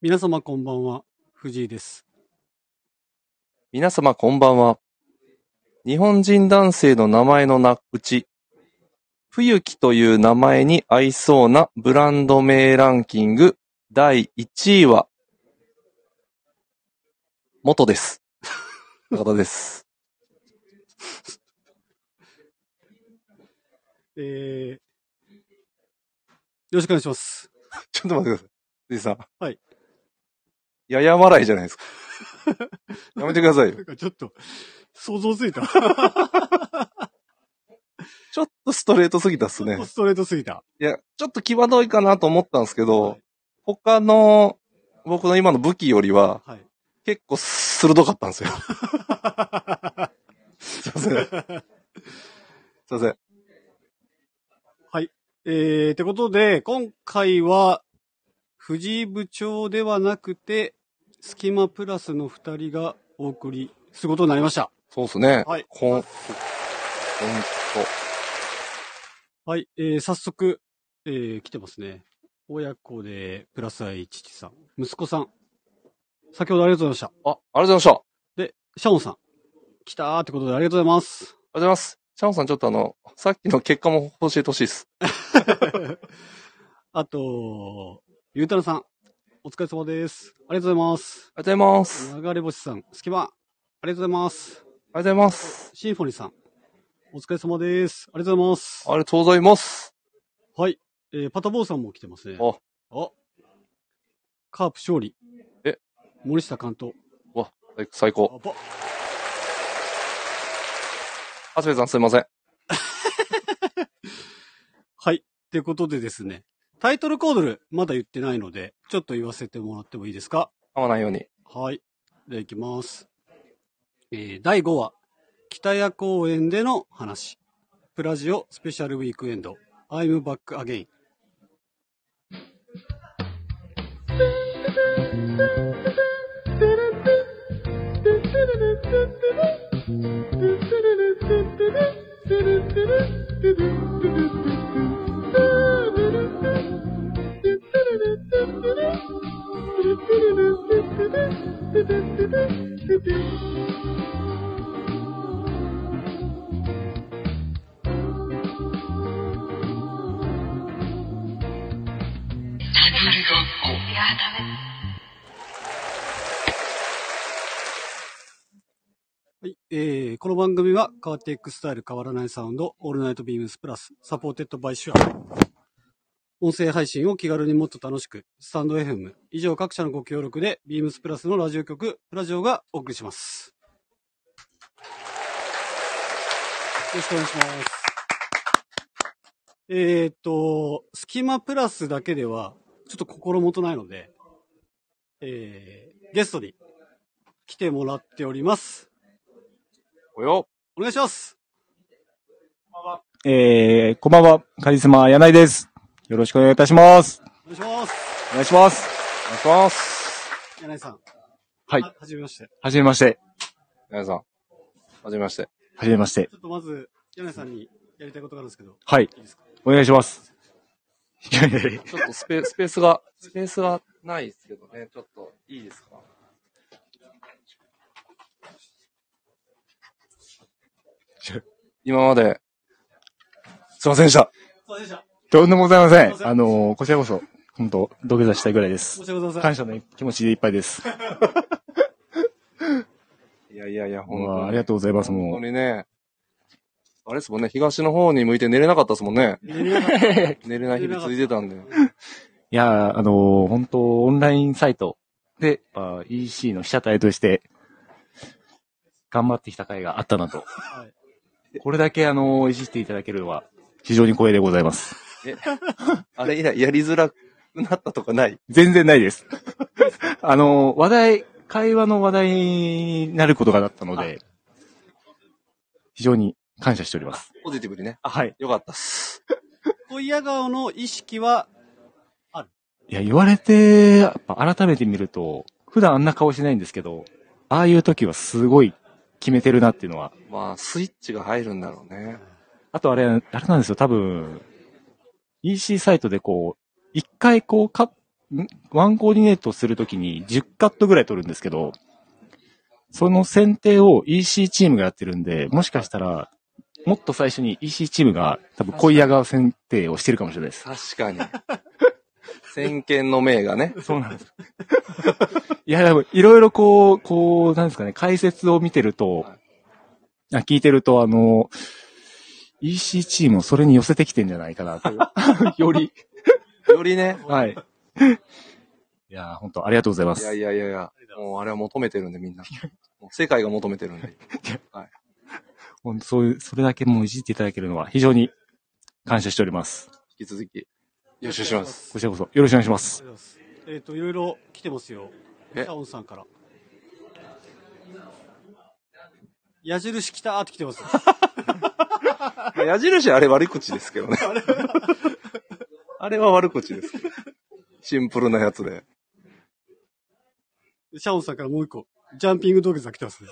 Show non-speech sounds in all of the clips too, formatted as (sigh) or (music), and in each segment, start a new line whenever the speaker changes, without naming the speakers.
皆様こんばんは、藤井です。
皆様こんばんは。日本人男性の名前のなうち、冬木という名前に合いそうなブランド名ランキング第1位は、元 (laughs) です。高田です。
えー、よろしくお願いします。
ちょっと待ってください。藤井さん。
はい。
やや笑いじゃないですか。やめてくださいよ
な。んかちょっと、想像ついた。
(laughs) ちょっとストレートすぎたっす
ちょっと
ね。
(laughs) ストレートすぎた。
いや、ちょっと際どいかなと思ったんですけど、
はい
他の、僕の今の武器よりは、
はい。
結構鋭かったんですよ。すいません。すいません。
えー、ってことで、今回は、藤井部長ではなくて、スキマプラスの二人がお送りすることになりました。
そうっすね。
はい
こん、ほんと。
はい、えー、早速、えー、来てますね。親子で、プラス愛父さん、息子さん。先ほどありがとうございまし
あ、ありがとうございました。ありがと
た。で、シャオンさん。来たーってことでありがとうございます。
うございます。シャオンさん、ちょっとあの、さっきの結果も教えてほしいです。
あと、ゆうたろうさん、お疲れ様です。ありがとうございます。
ありがとうございます。
流れ星さん、隙間、ありがとうございます。
ありがとうございます。
シンフォニーさん、お疲れ様です。ありがとうございます
あ。りがとうございます。
はい。えーパタボーさんも来てますね。
あ
あカープ勝利。
え
森下監督。
わ、最
あ
高。
ば
はじめさん、すいません。
はい。ってことでですね、タイトルコードル、まだ言ってないので、ちょっと言わせてもらってもいいですか
噛まないように。
はい。では行きます。えー、第5話、北谷公園での話。プラジオスペシャルウィークエンド。I'm back again. はい。えー、この番組は変わっていくスタイル変わらないサウンド、オールナイトビームスプラス、サポーテッドバイシュア。音声配信を気軽にもっと楽しく、スタンド FM、以上各社のご協力で、ビームスプラスのラジオ局、プラジオがお送りします。よろしくお願いします。えーっと、スキマプラスだけでは、ちょっと心もとないので、えー、ゲストに来てもらっております。
およ。
お願いします。
えー、こんばんは、カリスマ、柳井です。よろしくお願いいたします。
お願いします。
お願いします。
お願いします。
柳井さん。
はい
はじめまして。
はじめまして。
皆さん。はじめまして。
はじめまして
ち。ょっとまず、柳井さんにやりたいことがあるんですけど、
はい
い、いですか
お願いします。いやいやいや
ちょっとスペ、スペースが、スペースがないですけどね。ちょっと、いいですか
ちょ
今まで、
すいませんでした。
そうでした。
とんでもございませ
すいません
ん。あのー、こちらこそ、本当土下座したいぐらいです
申。し訳ございません。
感謝の気持ちでいっぱいです。
いやいやいや、本
う
当
わ
に。
ありがとうございます、
本
も
当にね。あれですもんね、東の方に向いて寝れなかったですもんね。
寝れなかった
寝れない日々続いてたんで。
う。いやーあのー、本当オンラインサイトで、あー EC の被写体として、頑張ってきた回があったなと。
はい
これだけ、あのー、いじっていただけるのは、非常に光栄でございます。
(laughs) あれ以来やりづらくなったとかない
全然ないです。あの、話題、会話の話題になることがだったので、非常に感謝しております。
ポジティブにね。
あ、はい。
よかったっす。
(laughs) 小屋顔の意識は、
いや、言われて、やっぱ改めて見ると、普段あんな顔しないんですけど、ああいう時はすごい決めてるなっていうのは。
まあ、スイッチが入るんだろうね。
あとあれ、あれなんですよ、多分、EC サイトでこう、一回こうカッんワンコーディネートするときに10カットぐらい取るんですけど、その選定を EC チームがやってるんで、もしかしたら、もっと最初に EC チームが多分恋矢川選定をしてるかもしれないです。
確 (laughs) かに。先見の明がね。
そうなんです。いや、でも、いろいろこう、こう、なんですかね、解説を見てると、
は
あ聞いてると、あの、EC チームをそれに寄せてきてんじゃないかなという。より。
よりね。
はい。いやー、本当ありがとうございま
い
す。
やいやいやいや、もうあれは求めてるんでみんな。もう世界が求めてるんで。
ほんとそういう、それだけもういじっていただけるのは非常に感謝しております。
引き続き、よろしくお願いし (laughs) ます。
こちらこそよろしくお願いします。
りがとうございます。えっ、と、いろいろ来てますよ。シ
え
ャオンさんから。矢印来たーって来てます。
まあ矢印あれ悪口ですけどね。 (laughs) あれは悪口ですけど。シンプルなやつで。
シャオンさんからもう一個。ジャンピング土下座来て
(laughs)
ますね。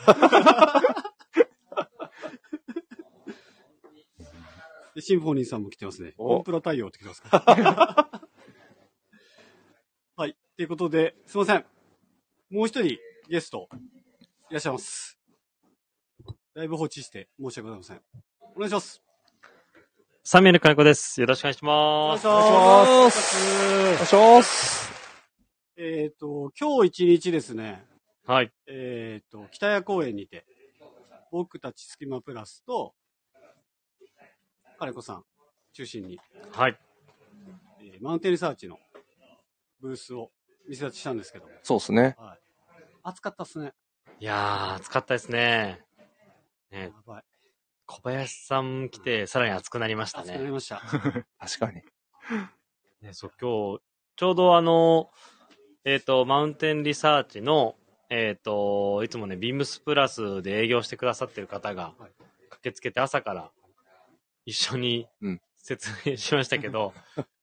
でシンフォニーさんも来てますね。
お
オンプラ対応って来てます
(laughs)
から。はい。ということで、すいません。もう一人ゲスト、いらっしゃいます。だいぶ放置して申し訳ございません。お願いします。
サミュエル金子です。よろしくお願いし
お
ます。
願いしま
します。
します。
えっ、と、今日一日ですね、
はい。
えっ、と、北谷公園にて、僕たちスキマプラスと、金子さん中心に、
はい。
えーマウンテンリサーチのブースを見せ立ちしたんですけども、
そうですね。
はい。暑かったっすね。
いやー、暑かったですね。
や
ね
ばい。
小林さん来て、さらに暑くなりました
暑くなり
ね。
ました。
確かに。
ねそう、今日、ちょうどあの、えっ、と、マウンテンリサーチの、えっ、と、いつもね、ビームスプラスで営業してくださってる方が
はい、
駆けつけて朝から、一緒に
うん
説明しましたけ (laughs) ど、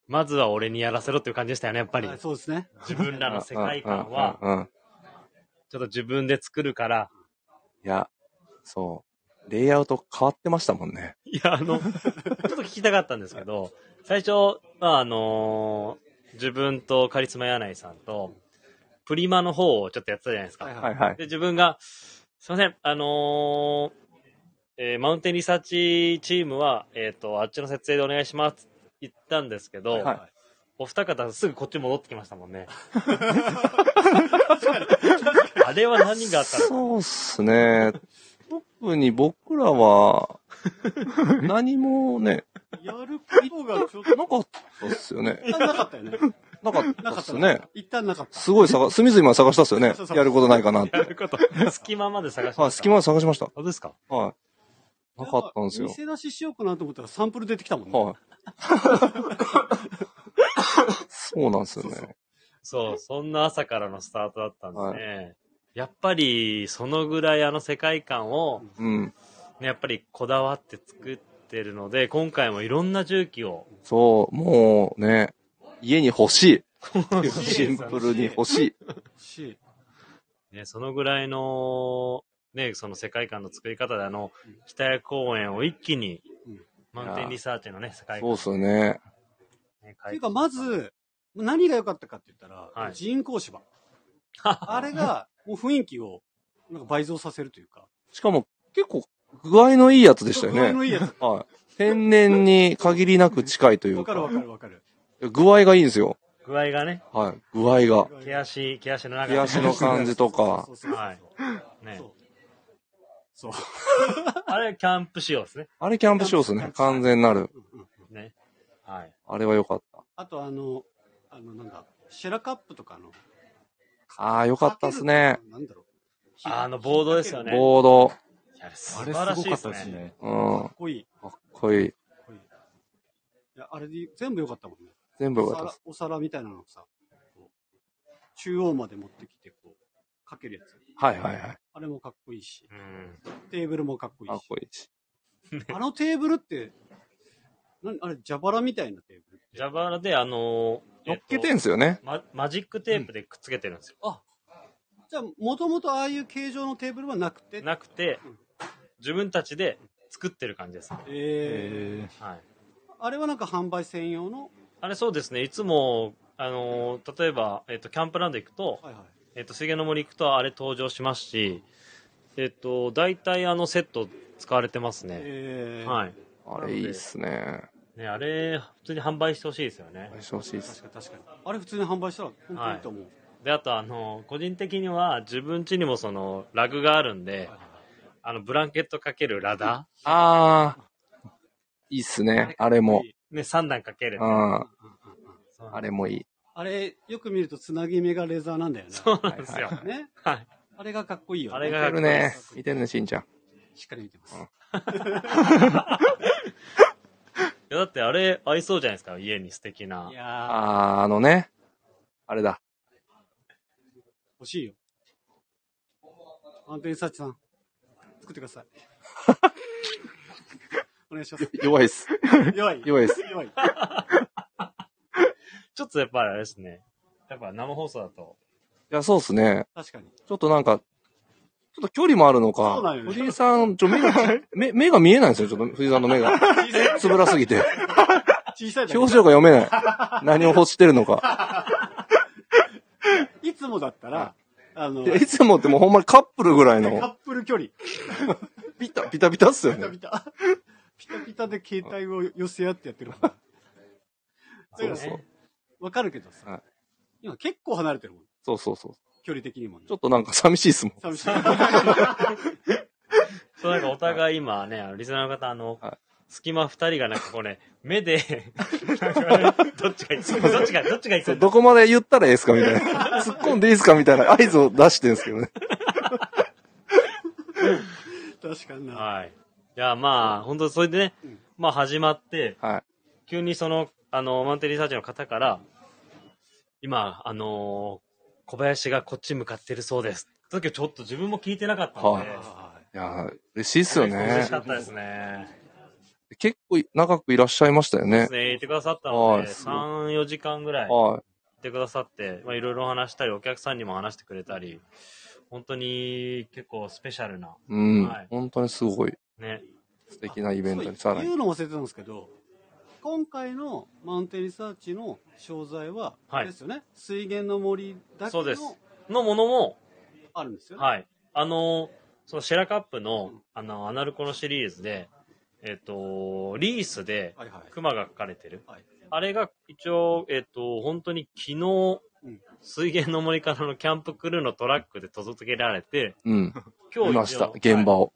まずは俺にやらせろっていう感じでしたよね、やっぱり
は。いそうですね。
自分らの世界観は、
うんうんうんうん
ちょっと自分で作るから、
いや、そう。レイアウト変わってましたもんね。
いや、あの、ちょっと聞きたかったんですけど、最初、まあ、あのー自分とカリスマ柳井さんと、プリマの方をちょっとやってたじゃないですか。
はい
はいはい。
で、自分が、すいません、あのーえーマウンテンリサーチチームは、えっ、と、あっちの設営でお願いしますって言ったんですけど、
はい
お二方すぐこっち戻ってきましたも
(laughs)
んね。あれは何があったの
そうっすね。特に僕ら (laughs) は、何もね、
やることがちょっと、
なかったっすよね。
一旦なかったよね。
なかっ
な
た
か
っ
った
すね。。
一旦なかった。
すごい探、隅々まで探したっすよね
そう。そう
やることないかなって。
やること。隙間まで探して
はい、隙間まで探しました。
どうですか
はい。なかったんですよ
見。せ出ししようかなと思ったらサンプル出てきたもんね。
はい。そうなんですよ
そう
ね。
そう、そんな朝からのスタートだったんですね。やっぱり、そのぐらいあの世界観を、
うん。
ね、やっぱりこだわって作ってるので、今回もいろんな重機を。
そう、もうね、家に欲しい。
しい
シンプルに欲しい。
し、
ね、そのぐらいの、ね、その世界観の作り方で、あの、北谷公園を一気に
うん、
マウンテンリサーチのね、世界
そう
観、
っすよね。
ね。
って
変
い
え
うか、ま、ず、何が良かったかって言ったら、
はい
人工
(laughs)
芝。あれが、もう雰囲気を、なんか倍増させるというか。
しかも、結構、具合のいいやつでしたよ
具合
ね。
のいいやつ。
はい。天然に限りなく近い
(laughs)
とい
わ
う
かるわ
か、
かるわかる。
具合がいいんですよ。
具合がね、
はい。具合が。
毛足、毛足の中
毛足の感じとか
そうそうそうそう
はい (laughs) ね
そう。そう。
あれ、キャンプ仕様ですね。
あれキャンプ仕様っすね。完全なる。
うんうん
ね。はい。
あれは良かった。
あと、あの、あの、なんだ、シェラカップとかの。
ああ、良かったっすね。
なんだろう。
あのボードですよね
ボード。
いやあれ素
あれ
晴
すごからっ
しいです
た
ね
です。ね。
うん。
かっこいい。
かっこいい。
かっこいいいや、あれで全部良かったもんね。
全部良かったです。
お皿お皿みたいなのをさ、こう中央まで持ってきて、こう、かけるやつ。
はいはいはい。
あれもかっこいいし、
うん。
テーブルもかっこいい
かっ
し。
こいいし。
あのテーブルって、なあれ、蛇腹みたいなテーブル。
ジャバラで、あのー、
乗っけて
えっ
んすよね。
とまマジックテープでくっつけてるんですよ。
じゃあ、もともとああいう形状のテーブルはなくて。
なくて
うん、
自分たちで作ってる感じですね。
え
え
はい。
ー、あれはなんか販売専用の
あれそうですね、いつも、あのー例えば、えっと、キャンプランド行くと、
はいはい。
えっと、杉の森行くとあれ登場しますし、えっと、大体あのセット使われてますね。
えー、
はい。
あれいいっすね。
ね、あれ、普通に販売してほしいですよね
あ。れしてほしいっす。
確かに確かに。あれ普通に販売したら、本当にいいと思う。
で、あと、あの、個人的には、自分家にもその、ラグがあるんで、あの、ブランケットかけるラダ
あー、いいっすね。あれも。
ー。ね、3段かける。
うん。
そう (laughs)
あれもいい。
あれ、よく見るとつなぎ目がレザーなんだよね。
そうなんですよ。
ね。
はい。
あれがかっこいいよね。
あれが
見てるね。見
し
てるね、しんちゃん。
っかり見てます。。
いや、だってあれ、合いそうじゃないですか、家に素敵ない
やー、
あー、あのね。あれだ。
欲しいよ。アンテンサッチさん、作ってくだ
(laughs)
さい。お願いします。
弱いっす。
弱い。
弱いっす。
弱い。
ちょっとやっぱりあれですね。やっぱ生放送だと。
いや、そうっすね。
確かに。
ちょっとなんか、ちょっと距離もあるのか。
そうなんよね
藤井さん、ちょ、目が、目、目が見えないんですよ、ちょっと、藤井さんの目が。つぶらすぎて。
小さいだけ
表情が読めない。何を欲してるのか。
いつもだったら、あの、
いや
カ
いつもってもうほんまにカップルぐらいの、
(laughs) ップル距離。
ピタ、ピタピタっすよ
ピタ
ね
ピ。タ。ピタピタで携帯を寄せ合ってやってるから。だ
そう
か
そ
ら
う。
わかるけどさ、
はい
今結構離れてるもん。
そうそうそう。
距離的にもね
ちょ。っとなんか寂しいっすもん。
寂しい。は
そう、なんかお互い今ね、あのリスナーの方、あの
は、
隙間二人がなんかこうね、 (laughs) 目で、なんかどっちがいいどっちが、どっちがいい
そうどこまで言ったらええっすかみたいな。突っ込んでいいっすかみたいな合図を出してるんですけどね。
い確かにな。
はい。いや、まあ、本当それでね、まあ始まって、
はい。
急にその、あの、マウンテンリサーチの方から、今、あのー小林がこっち向かってるそうです。その時ちょっと自分も聞いてなかったんで。
はい
はい
いやー、嬉しいっすよ
嬉
ね
し。かったですね。
結構長くいらっしゃいましたよ
で
ね
す。ね、いてくださったの
はい
で、3、4時間ぐらいい
は
てくださって、まあいろいろお話したり、お客さんにも話してくれたり、本当に結構スペシャルな、
い。うん
はい。
本当にすごい
ね。
素敵なイベントに
そ
さ
う
ら
言
に。
うの忘れてたんですけど、今回のマウンテンリサーチの商材は、
はい
ですよね。水源の森だけ
そうです
の
のものも、
あるんですよね。
はい。あの、そのシェラカップの、あの、アナルコのシリーズで、えっ、と、リースで、
はいはい。
熊が描かれてる。
はい
あれが一応、えっ、と、本当に昨日
うん、
水源の森からのキャンプクルーのトラックで届けられて、
うん。
今日
見ました。現場
を。
を。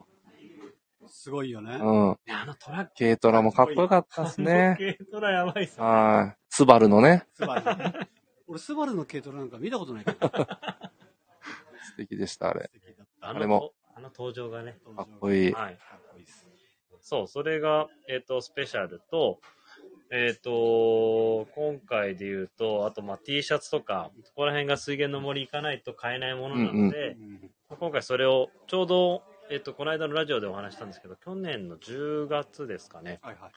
すごいよね。
うん。
はいあのトラック
軽トラもかっこよかったですね。
軽トラやばいっすね。
はい。スバルのね、
スバル。 (laughs) 俺、スバルの軽トラなんか見たことない
(laughs)
から。
素敵でした、あれ。
素敵だっ
あ
あれ
の
も
と、あの登場がね。
た
かっこいい。
はい。
かっこいいです。
そう、それが、えっ、と、スペシャルと、えっ、と、今回で言うと、あと、まあ、T シャツとか、ここら辺が水源の森行かないと買えないものなので、
うん
今回それを、ちょうど、えっ、と、この間のラジオでお話したんですけど、去年の10月ですかね。
はいはい。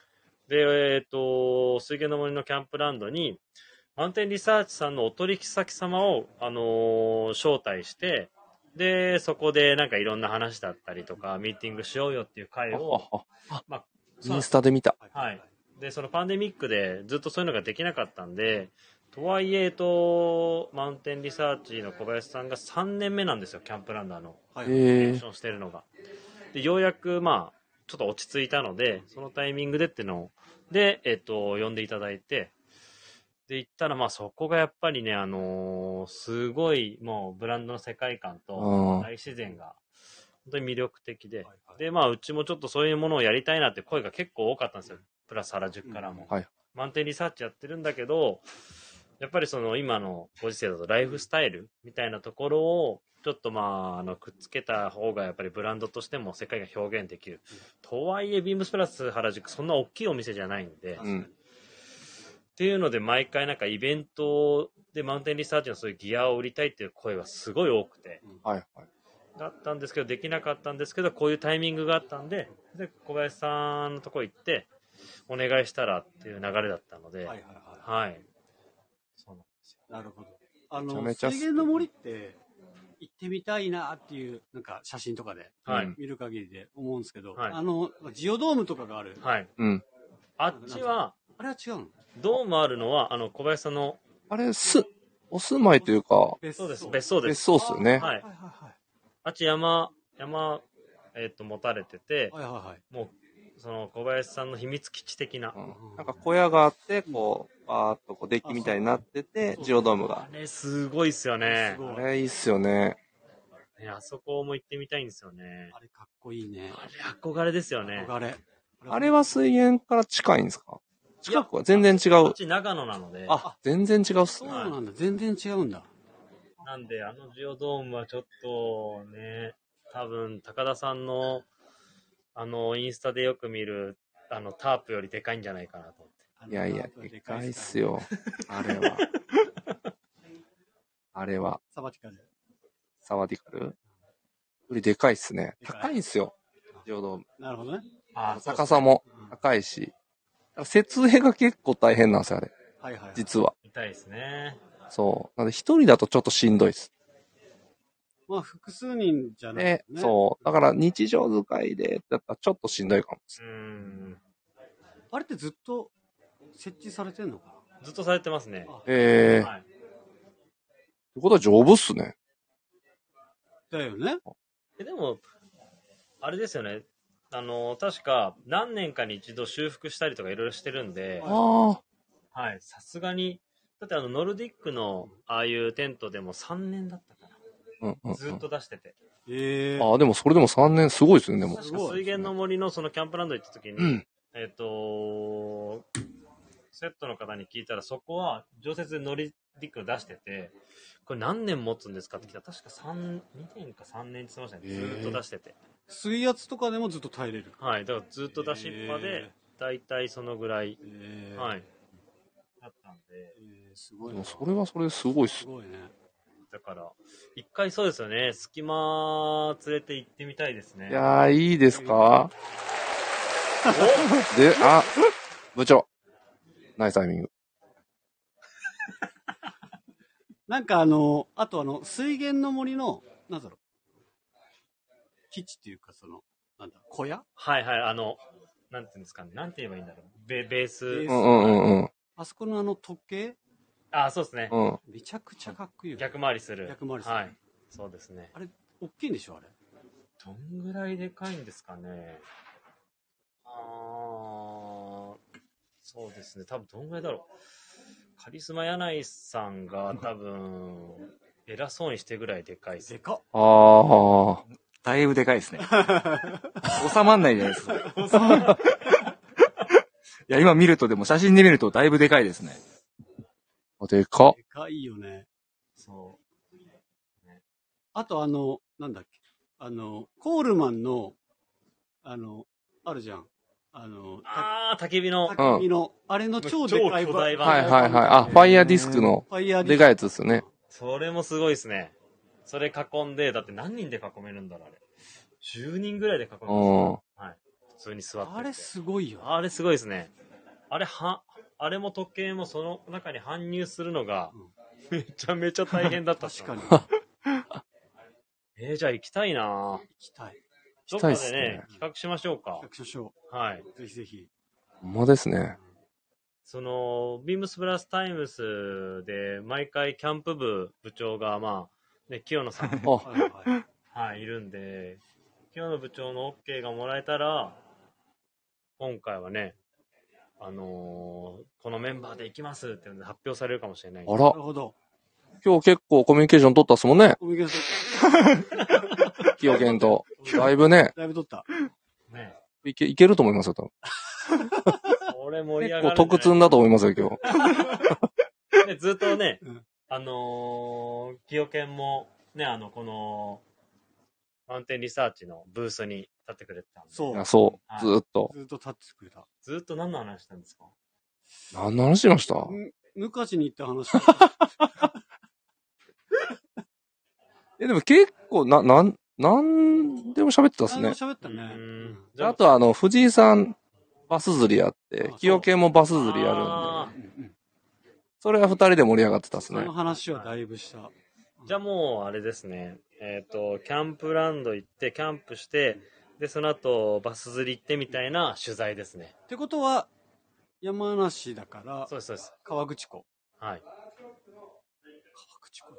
で、えっ、と、水源の森のキャンプランドに、マウンテンリサーチさんのお取引先様を、あのー招待して、で、そこでなんかいろんな話だったりとか、ミーティングしようよっていう会
あ
を、
ああ
まあ、
インスタで見た。
はい。で、そのパンデミックでずっとそういうのができなかったんで、とはいえ、えっと、マウンテンリサーチの小林さんが3年目なんですよ、キャンプランナーの
はいはい。
セ
え
ク
え
ションしてるのが。で、ようやく、まあ、ちょっと落ち着いたので、そのタイミングでっていうのを、で、えっと、呼んでいただいて、で、行ったら、まあ、そこがやっぱりね、あのーすごい、もう、ブランドの世界観
うん
と、大自然が、本当に魅力的で、
はいはい
で、まあ、うちもちょっとそういうものをやりたいなって声が結構多かったんですよ。プラス原宿からも。
うんはい
満点リサーチやってるんだけど、やっぱりその今のご時世だとライフスタイルみたいなところを、ちょっとまあ、あの、くっつけた方がやっぱりブランドとしても世界が表現できる。とはいえ、ビームスプラス原宿、そんな大きいお店じゃないんで、
確
っ
かに
ていうので毎回なんかイベントでマウンテンリサーチのそういうギアを売りたいっていう声はすごい多くて、
はいはい。
だったんですけど、できなかったんですけど、こういうタイミングがあったんで、で、小林さんのとこ行って、お願いしたらっていう流れだったので、
は
はいい。
はいはい。
そうなんですよ
なるほど。あ
めち
の
ゃ、めちゃ
水源の森って、行ってみたいなっていう、なんか写真とかで
はい。
うん
見る限りで思うんですけど、
はい
あの、ジオドームとかがある。
はい。
うん。
あっちは、
あれは違うの
ドームあるのは、あの、小林さんの
あれ、す、お住まいというか、
別
そうです、別荘で
別
す。
荘っすよね。
はい
はいは
あっち山、山、えっ、と、持たれてて
い、はい。はいはいはい。
もう、その小林さんの秘密基地的な
う。んなんか小屋があって、こう、バーっとこうデッキみたいになってて、ジオドームが
あ。れ、すごいっすよね
す。ごい
あれ、いいっすよね。
ねあそこも行ってみたいんですよね。
あれかっこいいね。
あれ、憧れですよね。
憧れ。
あれは水源から近いんですか
いや
近くは全然違
こ
う
っ。ち長野なので、
あ、全然違うっす
そう
ね。
なんだ。全然違うんだ。
なんで、あのジオドームはちょっとね、多分、高田さんの、あの、インスタでよく見る、あの、タープよりでかいんじゃないかなと思って。
いやいや、でかいっす。よ。あれは。あれは、
サバティカル。
サワディカルよりでかいっすね。
でかい
高いんすよ。ジオドーム。
なるほどね。
あ
高さ。も高いし。設営が結構大変なんですよ、あれ。
はいはいはい。
実は。
見たいですね。
そう。なんで一人だとちょっとしんどいっす。
まあ、複数人じゃない
ね。そう。だから日常使いで、だったらちょっとしんどいかもし
うーん。
う。あれってずっと設置されてんのか
ずっとされてます
な
ね。
れない。ええー。っ
はい。
てことは丈夫っすね。
だよね。
えでも、あれですよね。あの、確か、何年かに一度修復したりとかいろいろしてるんで、
ああ。
はい、さすがに、だってあの、ノルディックの、ああいうテントでも3年だったか
うんうん、う
な。
ん。
ずっと出してて。
ええ。
ああ、でもそれでも3年すごいですね、でも。
確か、水源の森のそのキャンプランド行った時に、
うん。
えっ、とセットの方に聞いたら、そこは常設でノルディックを出してて、これ何年持つんですかって聞いたら、確か3、2年か3年って言ってましたね。
へ
ず
ー
っと出してて。
水圧とかでもずっと耐えれる。
はい、だからずっと出しっぱで
へ、
だいたいそのぐらい、
ええ。
はい、だったんで、
えーす
で
ごいな
も。それはそれですごいっ
す
す。
ごいね。
だから、一回そうですよね、隙間連れて行ってみたいですね。
いやー、いいですかで、あ、部長。ナイスタイミング。
なんかあの、あとあの、水源の森の、なんだろう。基地っていうかその、なんだ、小屋
はいはい、あの、なんていうんですかね、なんて言えばいいんだろう、ベベース
ベ
う。んうんうん
あそこのあの時計
あ、そうですね
う。ん。うん。
めちゃくちゃかっこいいよ。
逆回りする。
逆回りする
はい。そうですね。
大きいんでしょあれ。
どんぐらいでかいんですかね。あー、そうですね。多分どんぐらいだろう。カリスマ柳井さんが多分、偉そうにしてぐらいでかいっす
で。かっ。
あ
だいぶでかいですね。収まんないじゃないですか。い (laughs) や、今見るとでも写真で見るとだいぶでかいですね。
あ。でかっ。
でかいよね。
そ
あとあの、なんだっけ。あの、コールマンの、あの、あるじゃん。あの
う。、あー、焚き火の。
焚き火の、あれの超でかい
超巨大版
はいはいはい。あ、ファイヤーディスクの
ファイヤー
でかい
い。
やつですよね。
それもすごいですね。それ囲んで、だって何人で囲めるんだろう、あれ。10人ぐらいで囲んでます
うん
よはい。普通に座ってて。
あれすごいよ。
あれすごいですね。あれは、あれも時計もその中に搬入するのが、めちゃめちゃ大変だったっす
確
よ
かに。
(laughs)
行
えー、じゃあ行きたいな
きたい。
どっ
きた
か
いっ
ですね
ね
企画しましょうか。
百所賞。
はい。
ぜひぜひ。
ほんまですね。
その、ビームスプラスタイムスで、毎回キャンプ部部長が、まあ、ね、清野さ
(laughs)
ん、
あ、
はいはい。
はい、いるんで、清野部長の OK がもらえたら、今回はね、あのーこのメンバーで行きますっていうので発表されるかもしれないんで
あ
な
ら
る。ほど。
今日結構コミュニケーション取ったっすもんね。
おみけさん。
崎陽軒と。だいぶね、
だいぶ取った。
ね。
いけ、いけると思いますよ、多
俺盛
分。
り
結
上が
構
るん
特
じゃ
通
ない
だと思いますよ、今日。
ねずっとね
うん、
あのー、清健も、ね、あの、この、マウンテンリサーチのブースに立ってくれてたんで、
そ
いうや。そう、ずーっと。
ずっと立ってくれた。
ずっと何の話したんですか
何の話しました
んぬかしに行った話。
え、でも結構、な、なん、なんでも喋ってたっす
何でも
ね。
喋ったね。
う
うん
ん。
であとはあの、藤井さん、バス釣りやっ
あ
て
そう、
清家もバス釣りやるんで、
あ
うん
それは二人で盛り上がってたっす
そ
ね
の。話はだいぶした。
ーじゃあもう、あれですね、えっ、と、キャンプランド行って、キャンプして、で、その後、バス釣り行ってみたいな取材ですね。
ってことは、山梨だから
そう、です、そうです。
川口湖。
はい。
口コミ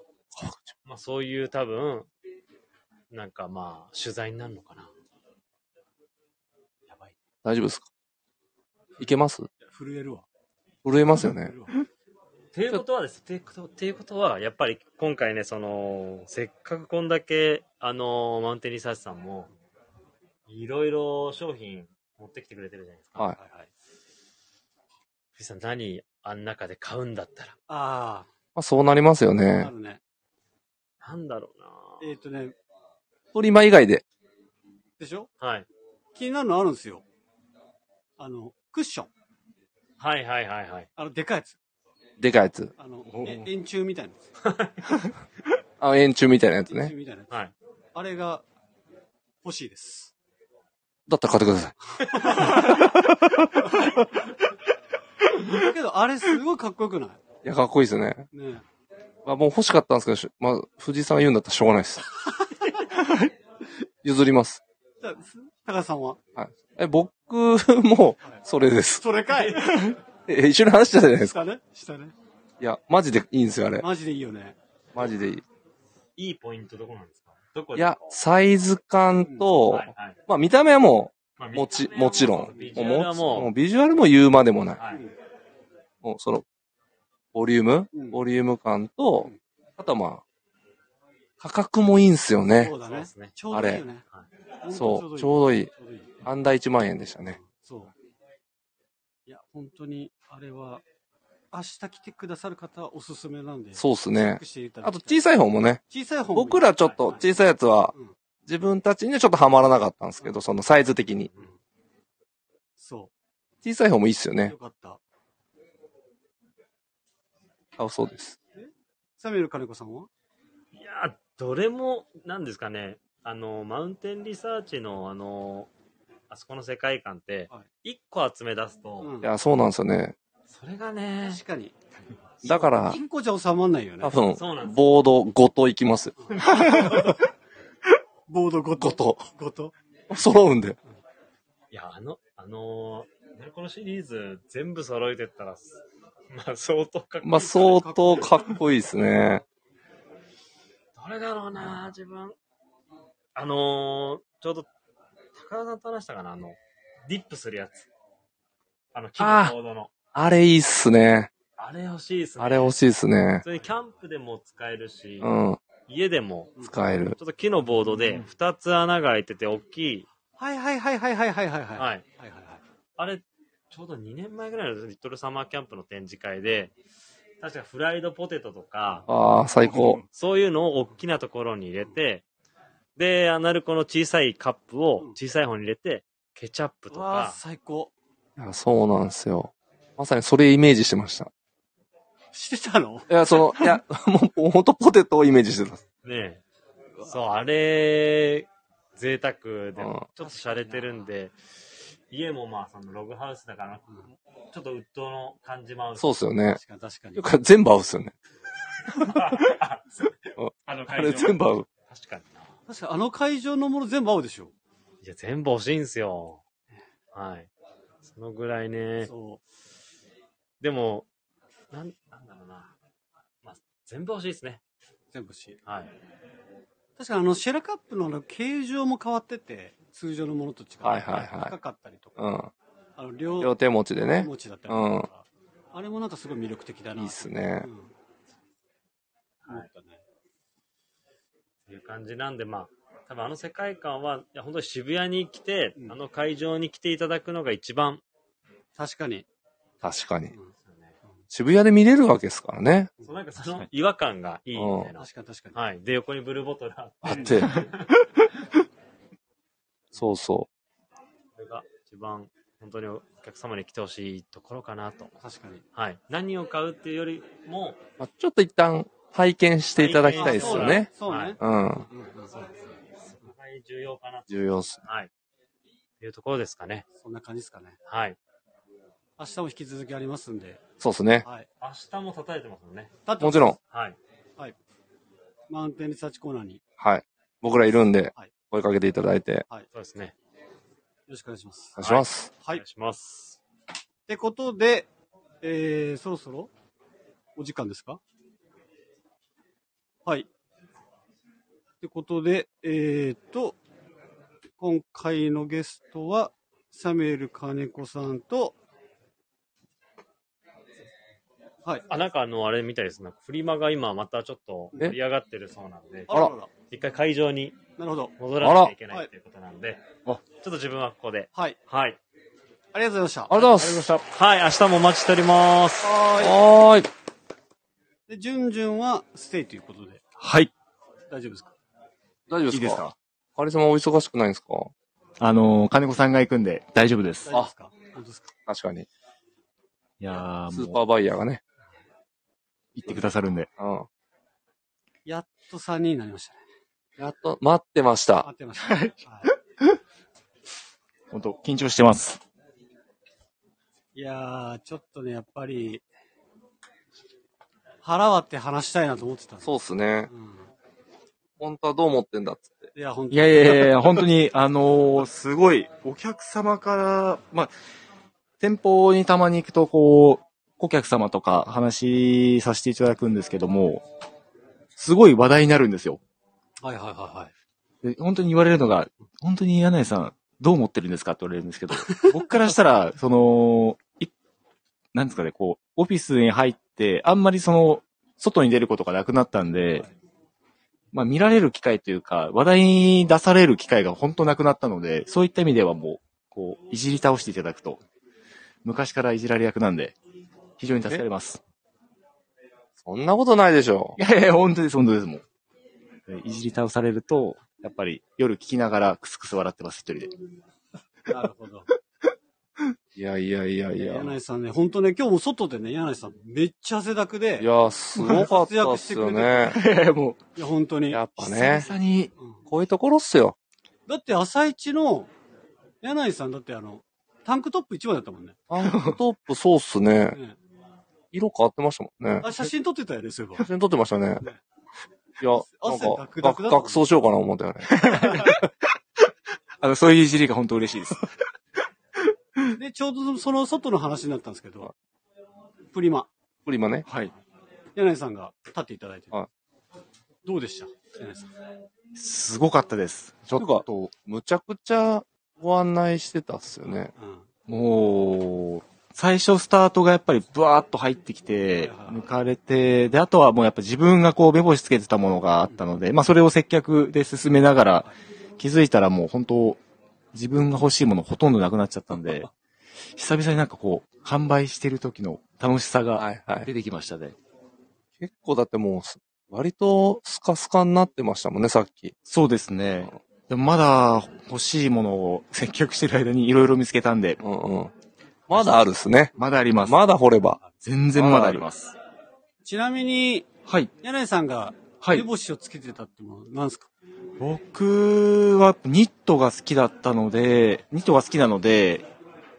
まあそういう多分、なんかまあ取材になるのかな。
やばい。
大丈夫ですかいけます
震えるわ。
震えますよね
震え。るわ
ということはです。ということていうことは、やっぱり今回ね、その、せっかくこんだけ、あの、マウンテンリサーチさんも、いろいろ商品持ってきてくれてるじゃないですか。
はい
はい、藤井さん、何、あん中で買うんだったら。
あ
まあ、そうなりますよ
あ、な
ね。
るね。
なんだろう
えっ、とね、
トリマ以外で。
でしょ
な、はい、
気になるのあるんですよ。あの、クッション。
はいはいはいはい。
あの、でかいやつ。
でかいやつ。
あの
お、
え円柱みたいなやつ。
あ、円柱みたいなやつ
円柱
ね。
みたいなやつ。
はい。
あれが欲しいです。
だったら買ってください。
だけど、あれすごいかっこよくない
や、かっこいいですよね。
いね
まあ、もう欲しかったんですけどし、まあ、藤井さんが言うんだったらしょうがない
(laughs)
です。譲ります。
え。だ高橋さんは
え、僕も、それです。
それかい
え、一緒に話してたじゃないですか。
下ね下ね。
いや、マジでいいんですよ、あれ。
マジでいいよね。
マジでいい。
いいポイントどこなんですかどこ
い
で
や、サイズ感と、
はいはい
まあ、見た目はも
まあ
う、もち、もちろん。
ビジ
もう
ュアルは
もう
も
ビジュアルも言うまでもな
う、
い。
はい、
もう、その、ボリューム、
うん
ボリューム感と
うん、
あとはまあ、価格もいいんすよね
そ。うだ
そうで
ね
すね。
ちょうどいいよね
は。
そう、ち
う
ょうどい
どい
い。
い。ちょうどいい。
アンダー1万円でしたね。
そう。いや、本当に、あれは、明日来てくださる方はおすすめなんで。
そうっす
う
ね。あと、小
さ
さい方もね、
い、小さい本もいい
僕らちょっと小さいやつは
うん、
自分たちにはちょっとハマらなかったんですけど、そのサイズ的に。
そ
小さい方もいいっすよ
う。
ね
よ。かった。
あ、そうです。
サミュエル金子さんはい
やーどれもなんですかねあのマウンテンリサーチのあのあそこの世界観って
は
一個集め出すと、
うん
いや、そうなんですよね。
それがね
確かに。
だから、
金庫じゃ収まんないよね
多。分
そうなんで、す
ボードごといきますよ。
ボードごと。
ごと。
ごと。
揃うんで。
いやあのあのーねこのシリーズ全部揃えてったらまあ相当かっこいい
まあ、相当かっこいいですね。
どれだろうな自分あのーちょうど高田さんと話したかなあのディップするやつあの木のボードの
あれいいっすね。
あれ欲しいですね
あれ欲しいっすね
普。通にキャンプでも使えるし、
うん。
家でも、
使える。
ちょっと木のボードで2つ穴が開いてて大きい。
はいはいはいはいはいはいはい。はい
はいい。
はいはい。
あれ、ちょうど2年前ぐらいのリトルサマーキャンプの展示会で、確かフライドポテトとか、
ああ、最高。
そういうのを大きなところに入れて、で、アナルコの小さいカップを小さい方に入れて、ケチャップと
うわあ、
か、
最高。
いやそうなんですよ。まさにそれイメージしてました。
してたの
いや、その、いや、 (laughs) もう、ほんとポテトをイメージしてた。
ねえそう、あれ、贅沢で、ち
うん
ょっと洒落てるんで、家もまあ、そのログハウスだから、ちょっとウッドの感じも合うし
そうっすよね。
確かに確かに
だ。から全部合うっすよね。
(laughs) あの
あ
会
れ
場
全部合う。
確かにな。
確かにあの会場のもの全部合うでしょ。
いや、全部欲しいんすよ。はい。そのぐらいね。
そ
でも、なん、なんだろうな。まあ、全部欲しいですね。
う。全部し。
はい。
確かにあの、シェラカップのあの、形状も変わってて、通常のものと違って。
はいはいはい
高かったりとか。
うん。
あの、両、
両手持ちでね
持。ちだったりとか。あれもなんかすごい魅力的だな。
いいっすね
う。ん。思ったね。
っていう感じなんで、まあ、多分あの世界観は、いや、本当に渋谷に来て、
うん
あの会場に来ていただくのが一番、
確かに。
確かに。
ね
渋谷で見れるわけですからね。
そう、なんかその違和感がいいみたいな。
確かに確かに。
はい。で、横にブルーボトルあって
あって。 (laughs) そうそ
これが一番、本当にお客様に来てほしいところかなと。
確かに。
はい。何を買うっていうよりも、
う。まあ、ちょっと一旦拝見していただきたい
や
で
り
す
そう
よ
だ
ね。
そう
は
ね
い。
うん。
うんうん
そうですね。そこが重要かなと。
重要っす。
はい。というところですかね。
そんな感じですかね。
はい。
明日も引き続きありますんで。
そうっすね。
はい。
明日も叩いてますもんね。
だって
もちろん。
はい。
マウンテンリサーチコーナーによ
はい。僕らいるんで
はい、
声かけていただいて、
そうですね。
ろしくお願いします
お。願いします。
はい
お願いします。
ってことで、えー、そろそろお時間ですかはい。ってことで、えー、っと、今回のゲストは、サミュエル金子さんと、はい。
あ、なんかあの、あれみたいですね。フリマが今またちょっと盛り上がってるそうなんで、
あららら。
一回会場に
なるほど。
戻らなきゃいけ
あ
な
ら
いということなんで、ち
あ
ょっと自分はここで。
はい。
はい。
ありがとうございました。
ありがとうございます。
した。
はい、明日もお待ちしております。
は
はーい。
い。で、ジュンジュンはステイということで、
はい。
大丈夫ですか
大丈夫ですか
いいですか
カリスマお忙しくないんですか
あのー、金子さんが行くんで大丈夫です
大。丈夫ですか本当ですか
確かに。
いやー、
ス
も
ー
う
パーバイヤーがね。
行ってくださるんで。
うん。
やっと3人になりましたね。
やっと、待ってました
待。ってました。はい
本当緊張してます。
いやー、ちょっとね、やっぱり、腹割って話したいなと思ってたんです
そうっすね。
うん
本当はどう思ってんだっつって。
いや、本当
いやいやいやい (laughs) や、本当に、あのーすごい、お客様から、まあ、店舗にたまに行くと、こう、顧客様とか話させていただくんですけども、すごい話題になるんですよ。
はいはいはいはい。
で本当に言われるのが、本当に柳井さん、どう思ってるんですかって言われるんですけど、 (laughs) 僕からしたら、その、いなんですかね、こう、オフィスに入って、あんまりその、外に出ることがなくなったんで、まあ見られる機会というか、話題に出される機会が本当なくなったので、そういった意味ではもう、こう、いじり倒していただくと、昔からいじられ役なんで、非常に助かります。
そんなことないでしょ
(laughs) い。やいや、本当です、本当です、もう。いじり倒されると、やっぱり夜聞きながらクスクス笑ってます、一人で。
なるほど。
いやいやいやいや。
柳井さんね、本当ね、今日も外でね、柳井さん、めっちゃ汗だくで、
い
いや、
や、すごか (laughs) ったっすよね。
(laughs) も
本当に。
やっ
う、
ぱね。
久々に、
うん
こういうところっすよ。
だって、朝一の、柳井さん、だってあの、タンクトップ一枚だったもんね。
タンクトップ、そうっすね。
ね
(laughs) 色変わってましたもんね。
あ写真撮ってたよね、そういえば
(laughs) 写。真撮ってましたね。いや、なん
汗
か
ダ、クダクだったもんね
学装しようかな思ったよね。
あの、そういういじりが本当嬉しいです。
で、ちょうどその外の話になったんですけど、プリマ、
プリマね。
はい。
柳井さんが立っていただいて
は。
どうでした柳井さん。
すごかったです。ちょっと、
むちゃくちゃご案内してたっすよね。
うん
もう、最初スタートがやっぱりブワーッと入ってきて、抜かれて、で、あとはもうやっぱ自分がこう目星つけてたものがあったので、まあそれを接客で進めながら、気づいたらもう本当、自分が欲しいものほとんどなくなっちゃったんで、久々になんかこう、販売してる時の楽しさが
はいはい。
出てきましたね。
結構だってもうす、割とスカスカになってましたもんね、さっき。
そうですね。でもまだ欲しいものを接客してる間にいろいろ見つけたんで、
うんうん。まだあるっすね。
まだあります。
まだ掘れば。
全然まだあります。
ちなみに、
はい。
柳井さんが、
は
目
い。
星をつけてたってものは何ですか
僕はニットが好きだったので、ニットが好きなので、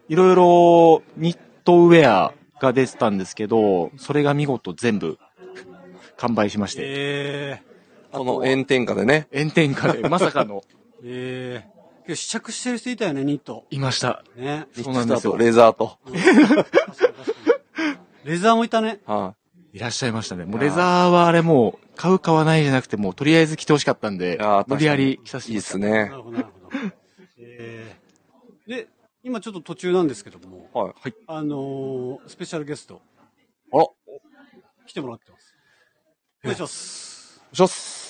いろいろニットウェアが出てたんですけど、それが見事全部 (laughs) 完売しまして、
えー
この炎天下でね。
炎天
(laughs)
下でまさかの、
えー今日試着してる人いたよね、ニット。
いました。
ね。
そうなんですよ
リッチだとレザーと。
確かに確かにレザーもいたね。
はい
らっしゃいましたね。もう
いやー
レザーはあれもう、買う買わないじゃなくて、もうとりあえず着てほしかった
い。
ん
い
で
やー、
無理やり着さ
確
せ
かに
て
いいっ
もらっ
な。
すね
た
るほど、なるほど。えーで、今ちょっと途中なんですけども、
はい。
あのースペシャルゲスト
あら、お
来てもらってます。お願いします。
しゃっす。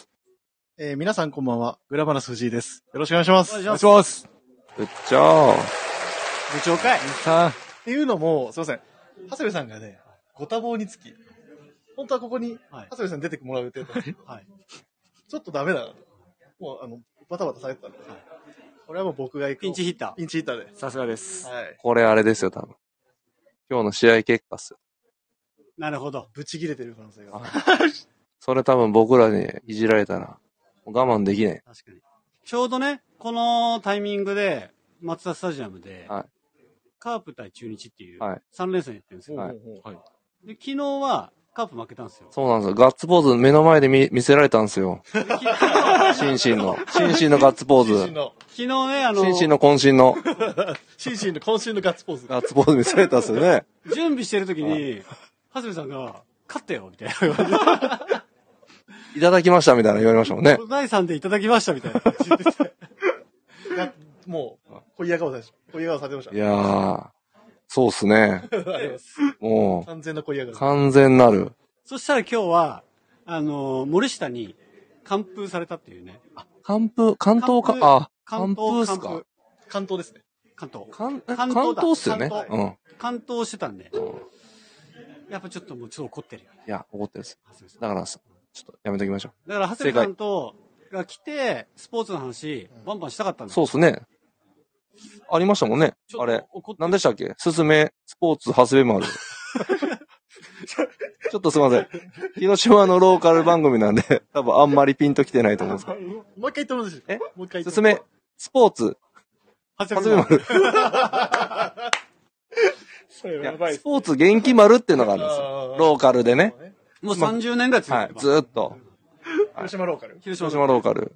えー皆さんこんばんは。裏話藤井です。よろしくお願いします。
お願いし
お願
ま
いします。
ぶっちゃ
部長会っ
さあ、
ていうのも、すいません。長谷部さんがね、ご多忙につき、本当はここに、
はい
長谷部さんに出てもらう予定だったんです
はい。
ちょっとダメだなと。もう、あの、バタバタされてたんで。これはもう僕が行く。
ピンチヒッタ
ピンチヒッターで。
さすがです。
はい。
これあれですよ、多分。今日の試合結果っすよ。
ー。なるほど。
ぶち切れてる可能性が。
それ多分僕らにいじられたら、もう我慢できない。
確かに。ちょうどね、このタイミングで、松田スタジアムで、
は
カープ対中日っていう
はい
3連戦やってるんですよ、
はい
ほうほうほう
で、昨日はカープ負けたんですよ。
そうなんですよ。ガッツポーズ目の前で見見せられたんですよ。
でき (laughs) 昨
心身の。心身のガッツポー
心身
ズ。
の、
日ね、あの、
心身の渾身の
心身の、渾身のガッツポーズ。
ガッツポーズ見せられたんですよね。
準備してる時に、長谷部さんが、勝ったよみたいな感じで
いただきましたみたいな言われましたもんね。
(laughs) 第3でいただきましたみたいな感じで。
がもう、小嫌顔され小嫌顔されてました
い。やー、そうっすね。も
完全な小嫌
う、
顔。
完全なる。
そしたら今日は、あのー森下に完封されたっていうね。
関風、関東か
完、封関
あ、関風っ
東
すか。
関東ですね。
関東。
関、え
関東
関
だ
東っすよね。
関
うん。
関東してたんで、
うん
やっぱちょっともうちょっと怒ってるよね。
いや、怒ってるっす。
長谷部さん
だからさ、ちょっとやめときましょ
だから、長谷部さんと、が来て、スポーツの話、バンバンしたかったん
う。
だ
そうっすね。ありましたもんね。
ちょ
あ
っと
れ。
怒って
何でしたっけすすめ、スポーツ、ハスベマル。ちょっとすいません。広島のローカル番組なんで、多分あんまりピンときてないと思うんですけ
もう一回言ってもらっていいですかもう一回
ど。す
言っ
す
てもらっ
め、スポーツ、
長谷
ハス
部
ベ
さん
マル。
ていい
い
ですか
や
それやばいっ
ス
す
ポーツ元気丸っていうのがあるんですよ。ローカルでね。
ね。
もう30年ぐらい続
はい
て。ます
ずーっと。
広島ローカル。
広島
広
の。
島ローカル。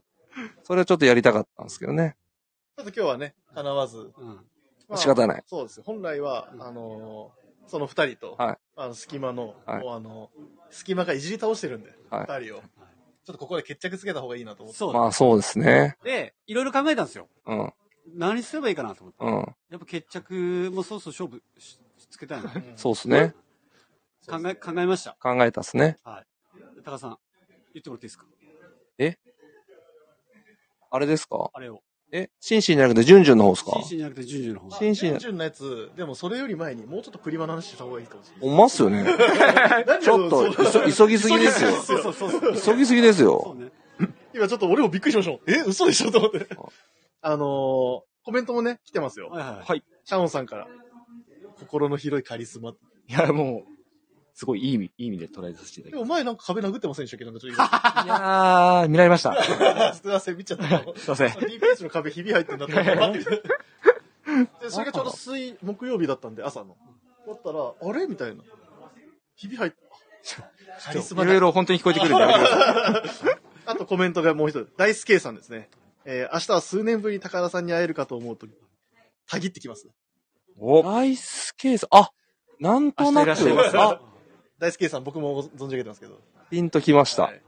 それはちょっとやりたかったんですけどね。
ちょっと今日はね、叶わず。
うん
まあ
仕方ない。
そうです。本来は、あのー、その二人と、
はい
あの、隙間の、
はい
もうあの、隙間がいじり倒してるんで、二、
は
人を。ちょっとここで決着つけた方がいいなと思って。
そうだ。
まあそうですね。
で、いろいろ考えたんですよ。
うん。
何すればいいかなと思って。
うん。
やっぱ決着もそろそろ勝負しつけたい (laughs) な。
そうですね。
考え、考えました。
考えたっすね。
高田さん、言ってもらっていいですか
あれですか
あれを。
え、シンシンじゃなくてジュンジュンの方ですか
シンシンじゃなくてジュンジュンの方。
シンシン
ンジュンのやつ、でもそれより前に、もうちょっとプリマの話した方がいいかもしれ
ほんまっすよね。
ない。
ちょっと、
何をそう
いそ急ぎすぎですよ。
そうそうそうそう。
急ぎすぎです
そ
よ
う。ね。
今ちょっと俺もびっくりしました。え、嘘でしょと思って。あのー、コメントもね、来てますよ。
はいはい。
シャオンさんから。心の広いカリスマ。
いや、もう、すごいいい意味、いい意味で捉えさせていただき
で
ま
も前なんか壁殴ってませんでしたっけなんかちょっと今。
す。いや (laughs) ー、見られました。す
すみません、見ちゃった。
いません。
DPS の壁ひび入ってんだと思って。で、それがちょうど水、木曜日だったんで、朝の。だったら、あれみたいな。ひび入って、あカリス
い
マ
ろい
だ。
ろ本当に聞こえてくるんでやめてください。
あとコメントがもう一つ。大輔さんですね。えー明日は数年ぶりに高田さんに会えるかと思うと、たぎってきますね。
お
ライスケース、あ、なんとな
明日いらっしゃいま
く、
す
あ、
大輔さん、僕もご存じ上げてますけど。
ピンときました
は。い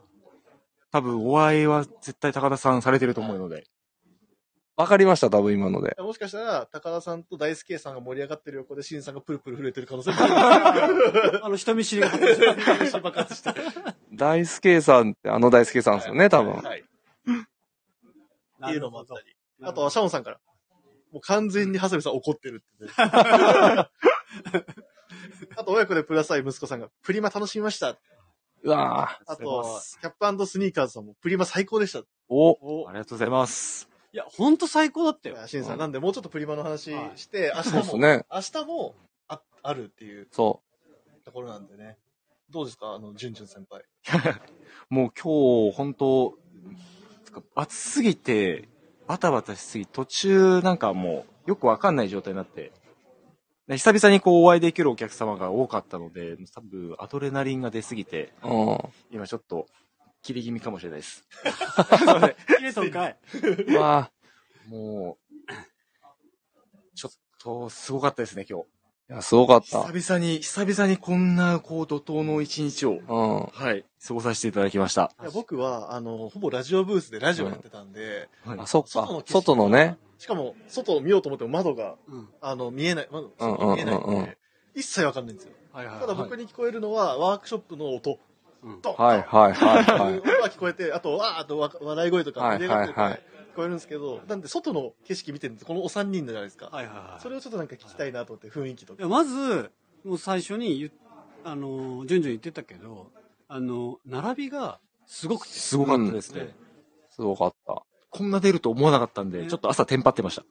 多分、お会いは絶対高田さんされてると思うので。
わかりました、多分今ので。
もしかしたら、高田さんと大輔さんが盛り上がってる横で、シンさんがプルプル震えてる可能性もあ
(laughs) あの、人見知りが発生してる。
る。爆発
(laughs)
して。
大輔さんってあの大輔さんですよね、多分。
はい。っ
な
ていう
る
のも
ほ
あっ
ど
たり。あとは、シャオンさんから。もう完全に長谷部さん怒ってるって、ね。あと、親子でプラスアイ息子さんが、プリマ楽しみました。
うわぁ。
あ
ありがとうございま
と
す、
キャップスニーカーズさんも、プリマ最高でした。
お、
お
ありがとうございます。
いや、ほんと最高だったよ。
シンさ。
うんん
なんで、もうちょっとプリマの話
はい
して、明日
そうっす
も、
ね。
明日もあ、あるっていう
そ
ところなんでね。どうですかあの、ジュンジュン先輩。
もう今日、本当つか暑すぎて、バタバタしすぎ、途中なんかもう、よくわかんない状態になって、で久々にこうお会いできるお客様が多かったので、多分アドレナリンが出すぎて、
う。うん。
今ちょっと、切れ気味かもしれないです。
(laughs) 切れとんかい。
わあ、
もう、ちょっと、すごかったですね、今日。
いや、すごかった。
久々に、久々にこんな、こう、怒涛の一日
う
を、
ん。
はい、過ごさせていただきました。
いや僕は、あの、ほぼラジオブースでラジオやってたんで、
あ、そっ
外の
か
景。色
外のね。
しかも、外を見ようと思っても窓が、
うん。
あの、見えない、窓、
うん
外見えないんで、
うんうんうん
一切わかんないんですよ。
はいはい。
ただ僕に聞こえるのは、ワークショップの音。
うん
ドン
はいはいはい
(laughs)
はい。
音が聞こえて、あと、わーっとわ笑い声とか、
はいはいはい
盛り上がってる声聞こえるんですけど、なんで外の景色見てるんですこのお三人じゃないですか。
はいはいはい。
それをちょっとなんか聞きたいなと思って、雰囲気と
い
か。
やまず、もう最初に言っ、あのー、順々言ってたけど、あのー、並びがすごくて。
すごかったですね。
うん
すごかった。
こんな出ると思わなかったんで、
ね
ちょっと朝テンパってまし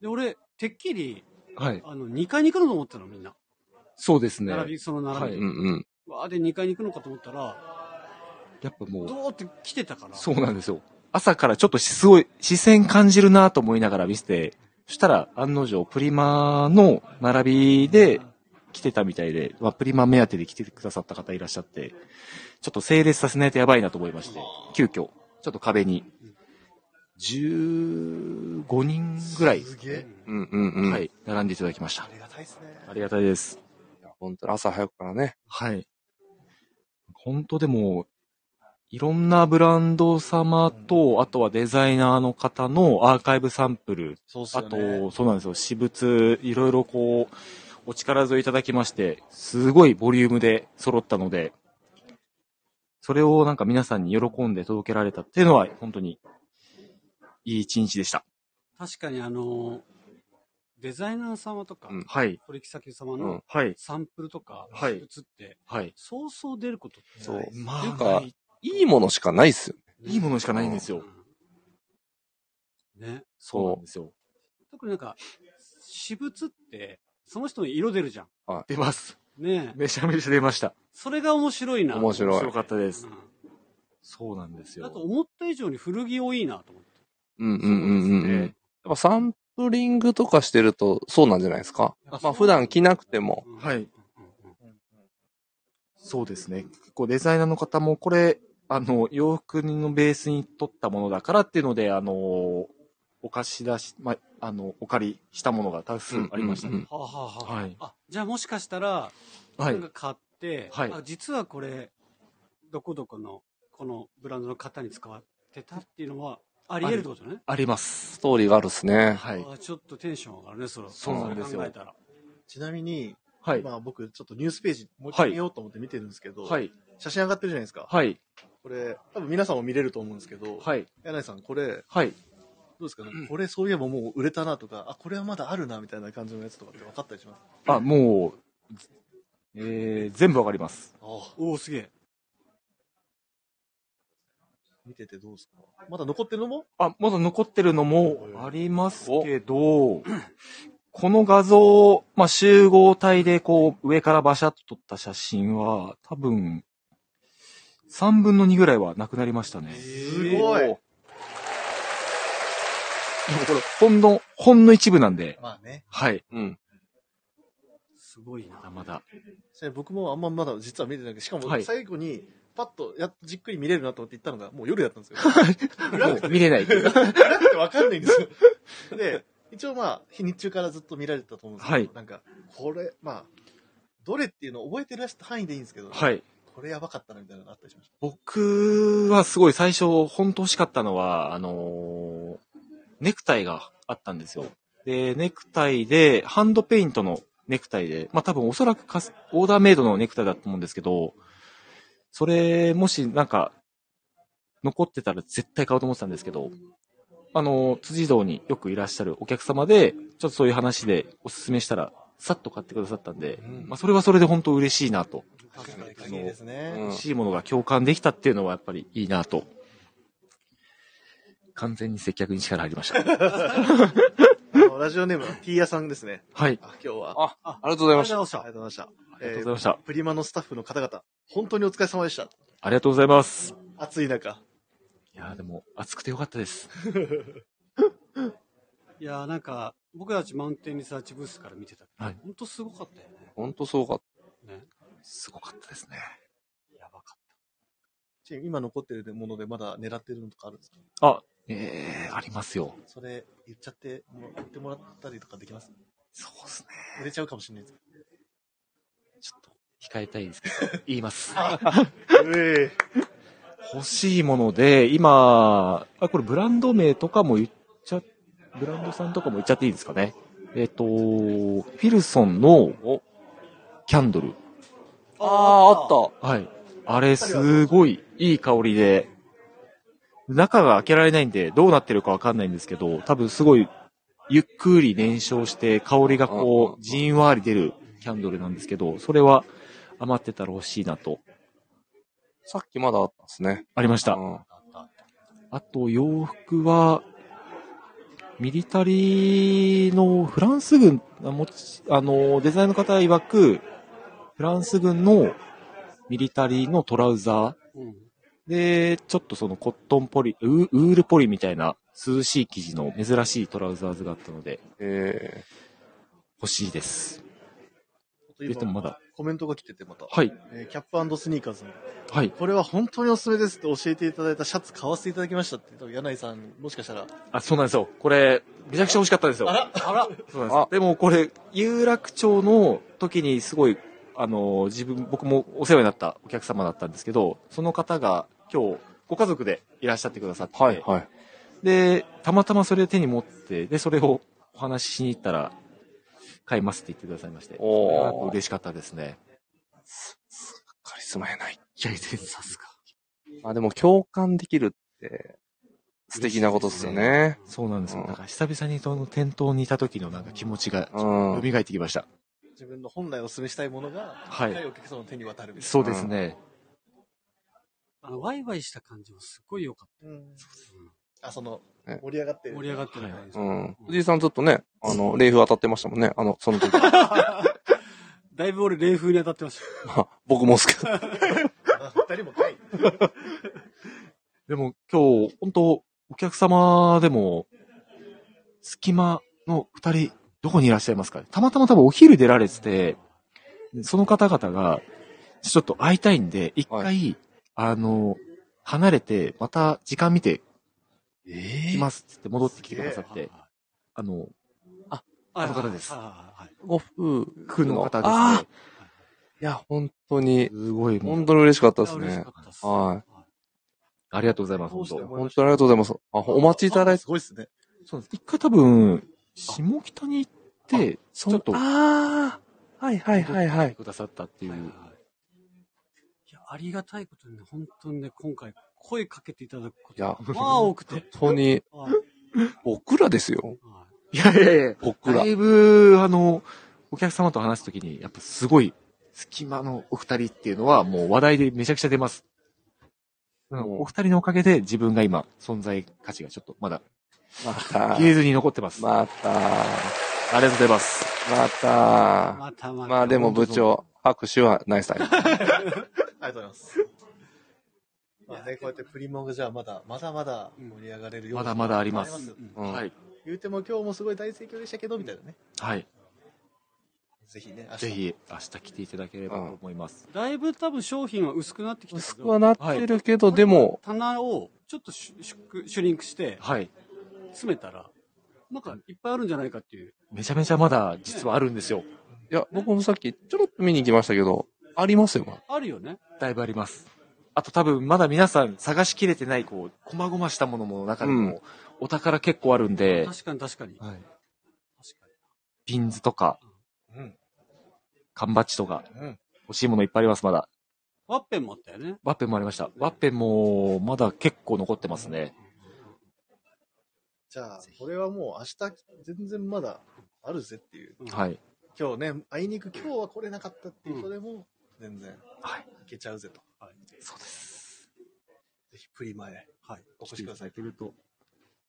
で、俺、てっきり、
た。はい。
あの、2階に行くのと思ってたの、みんな。
そうですね。
並び、その並び。
はい
うんうん。
わーで2階に行くのかと思ったら、
やっぱもう、
どーって来てたから。
そうなんですよ。朝からちょっとしすごい、視線感じるなと思いながら見せて、そしたら案の定、プリマの並びで来てたみたいで、まあ、プリマ目当てで来てくださった方いらっしゃって、ちょっと整列させないとやばいなと思いまして、急遽、ちょっと壁に、15人ぐらい、
すげえ。
うんうんうん。。
はいい、並んでいただきまし
あ
た。
りがたいですね。
ありがたいです。
や、本当に朝早くからね。
はい。本当でも、
いろんなブランド様と、あとはデザイナーの方のアーカイブサンプル、
そうっす
あ
よね。
と、そうなんですよ、私物、いろいろこう、お力添えいただきまして、すごいボリュームで揃ったので、それをなんか皆さんに喜んで届けられたっていうのは、本当に、いい一日でした。
確かにあの、デザイナー様とか、
うん
はい。
取引先様
う
の
ん
はい。
サンプルとか、
は
私
い
物って、
はい。
そうそう出ることって
そ
な
う
いです。
ま
ってい
あ
う、
な
か
い
いいものしかないっすよ。
ね
いいものしかないんですよ。
うんね。
そうなんですよ。
特になんか、私物って、その人の色出るじゃん。
出ます。
ねえ。
めちゃめちゃ出ました。
それが面白いな。
面白い
面白かったで。。
です
そうなんです
うん、あ
よ
と。思った以上に古着多いなと思って。
うんうんうんうん。
そううんですね
やっぱサンプリングとかしてるとそうなんじゃないですか
あ
まあ普段着なくても。
うん
はい。
うんうん
そうですね。結構デザイナーの方も、これ、あの、洋服のベースに取ったものだからっていうので、あの、お貸し出し、ま、あの、お借りしたものが多数ありました
うんうんう
ね
ん。
はあ、はあはあ、
はい。
あ、じゃあもしかしたら、
は
な
い
ん。か買って、
はい
あ実はこれ、どこどこの、このブランドの方に使われてたっていうのは、あり得るってことね。
あります。
ストーリーがあるっすね。
はい。
あちょっとテンション上がるね、それ
そうなんですよ
考えたら。
ちなみに、
はい。
まあ僕、ちょっとニュースページ、もう一回見ようと思って見てるんですけど、
はい。
写真上がってるじゃないですか。
はい。
これ、多分皆さんも見れると思うんですけど、
はい。
柳井さん、これ、ど
はい。
うですかね、これそういえばもう売れたなとか、あ、これはまだあるなみたいな感じのやつとかって分かったりします
あ、もう、えー、全部わかります。
あ
おお、すげえ。
見ててどうですかまだ残ってるのも
あ、まだ残ってるのもありますけど、この画像、まあ、集合体でこう、上からバシャッと撮った写真は、多分、3分の2ぐらいはなくなりましたね。
すごい
でもこれ、ほんの、ほんの一部なんで、
まあね。
はい。
うん。
すごいな
ま。だまだ。
それ僕もあんままだ実は見てないけど、しか
は
も
い
最後に、パッとやっとじっくり見れるなと思って行ったのが、もう夜だったんですよ。
もう見れない。
(laughs) 暗くてわかんないんです
(laughs)
よ。で、一応まあ、日日中からずっと見られてたと思うんですけど、
はい
なんか、これ、まあ、どれっていうのを覚えてらした範囲でいいんですけど、
はい。
これやばかったなみたいなのあったりしまし
僕はすごい最初、本当欲しかったのは、あのーネクタイがあったんですよ。で、ネクタイで、ハンドペイントのネクタイで、まあ多分おそらくカスオーダーメイドのネクタイだと思うんですけど、それ、もしなんか、残ってたら絶対買おうと思ってたんですけど、あのー辻堂によくいらっしゃるお客様で、ちょっとそういう話でお勧めしたら、さっと買ってくださったんで、
うん
まあそれはそれで本当嬉しいなと。
た。確かに
限りです
ね
うん
欲しいものが共感できたっていうのはやっぱりいいなと。完全に接客に力入りま (laughs) した。
あのラジオネームは T 屋さんですね。
はい。
あ、今日は。
あありがとうございました。
ま
ありがとうございました。
ありがとうご
え
ざい
ー
ました。
プリマのスタッフの方々、本当にお疲れ様でした。
ありがとうございます。
暑い中。
いやーでも、暑くてよかったです。
いやーなんか、僕たちマウンテンリサーチブースから見てたけど、
はい
ほんとすごかったよね。
ほんとすごかっ
ね。
すごかったですね。
やばかっ
ちなみに今残ってるものでまだ狙ってるのとかあるんですか
あ、えー、ありますよ。
それ言っちゃって、もう言ってもらったりとかできます
そうですね。
売れちゃうかもしれないです。
ちょっと、控えたいですけ (laughs) ど、言います。
え
欲しいもので、今、あ、これブランド名とかも言っちゃ、ブランドさんとかも言っちゃっていいですかね。えっ、と、フィルソンのキャンドル。
た。
た。ああ、あっ
はい。あれ、すごいいい香りで、中が開けられないんで、どうなってるかわかんないんですけど、多分すごい、ゆっくり燃焼して、香りが
うん
こう、じんわり出るキャンドルなんですけど、それは余ってたら欲しいなと。
た。さっきまだあったっすね。
ありまし
う
た。
ん。
あと、洋服は、ミリタリーのフランス軍、あもちあの、デザインの方曰く、フランス軍のミリタリーのトラウザー、
うん。
で、ちょっとそのコットンポリ、ウウールポリみたいな涼しい生地の珍しいトラウザーズがあったので、
え
欲しいです。
え
言ってもまだ。
コメントが来てて、また。
はい。
えーキャップスニーカーズの。
はい。
これは本当におすすめですって教えていただいたシャツ買わせていただきましたって、多分柳井さん、もしかしたら。
あ、そうなんですよ。これ、めちゃくちゃ美味しかったんですよ。
あら、
そうなんですよでもこれ、有楽町の時にすごい、あの、自分、僕もお世話になったお客様だったんですけど、その方が今日、ご家族でいらっしゃってくださって、
はい、はい。
で、たまたまそれを手に持って、で、それをお話ししに行ったら、買いますって言ってくださいまして。
おー
それはやっぱ嬉しかったですね。
カリスマやない。
いや、さすが。
まあでも共感できるって、素敵なことですよね。
そうなんですよ。
うん
だから久々にその店頭にいた時のなんか気持ちが、
うん。
蘇ってきました。
自分の本来お勧めしたいものが、
は
若
い。
いお客様の手に渡るみたい
そうですね。
あの、ワイワイした感じもすごい良かっ
な。うん
た。
あ、その、
ね
盛り上がってる。
盛り上がってる感じ。
うん。藤井さんちょっとね、あの、冷風当たってましたもんね。あの、その時。
だいぶ俺、冷風に当たってました。
まあ、僕もっすけど。
あ二人もかい。
でも今日、本当お客様でも、隙間の二人、どこにいらっしゃいますかたまたま多分お昼出られてて、その方々が、ちょっと会いたいんで、一回、
は
あの、離れて、また時間見て
え
来
え
ますって戻ってきてくださって、あの、
あ
の方です
はい
ご夫
区
婦
の方です
あ
ね。
ーいや、本当に、
すごい、もう
本当に嬉しかった
はい
です
いや嬉し
ね
か。ったです
は
ありがとうございます、
どう
本
して
当
も
本当にありがとうございます。あ、お待ちいただいて
す、ごいですね。
そうです。一回多分、下北に行って、ちょっと、
ああ、はいはいはいはい。
くださったってい。
はいはいうはいいや、ありがたいことにね、本当にね、今回、声かけていただくこ
い
と
や、
まあ多くて
本。当に、
はい
僕らですよ。
はい
いやいやいや、
僕ら
だ。いぶ、あの、お客様と話すときに、やっぱすごい、隙間のお二人っていうのは、もう話題でめちゃくちゃ出ます。なんかお二人のおかげで自分が今、存在価値がちょっとまだ
また
消、えずに残ってます。
また、
ありがとうございます。
また。
またまた。
まあでも部長、拍手はナイスタイム。
ありがとうございます。まあね、こうやってプリモがじゃあまだ、まだまだ盛り上がれるような
まだまだあります
よ
う
は
ん。
い。
言うても今日もすごい大盛況でしたけど、みたいなね。
はい。
ぜひね、明日
ぜ。ひ、明日来ていただければと思います。
だいぶ多分商品は薄くなってきたけど。
薄くはなってるけど、でも、
棚をちょっとシュシュクシュリンクして
はい。
詰めたら、なんかいっぱいあるんじゃないかっていう。
めちゃめちゃまだ、実はあるんですよ。
いや、僕もさっきちょろっと見に行きましたけど、ありますよ、まだ
あるよね。
だいぶあります。あと多分まだ皆さん探しきれてない、こう、細々したものも中でも、
うん
お宝結構あるんで、
確かに確かに。確
はい
か
ピンズとか、
うん。
缶バッジとか、
うん。
欲しいものいっぱいあります、まだ。
に。ワッペンもあったよね。
ワッペンもありました。ワッペンも、まだ結構残ってますね。
じゃあ、これはもう明日、全然まだあるぜっていう。
はい。
今日ね、あいにく今日は来れなかったっていう人でも、全然、
はい。
いけちゃうぜと。はい。
そうです。
ぜひ、プリマへ、はい、お越しください。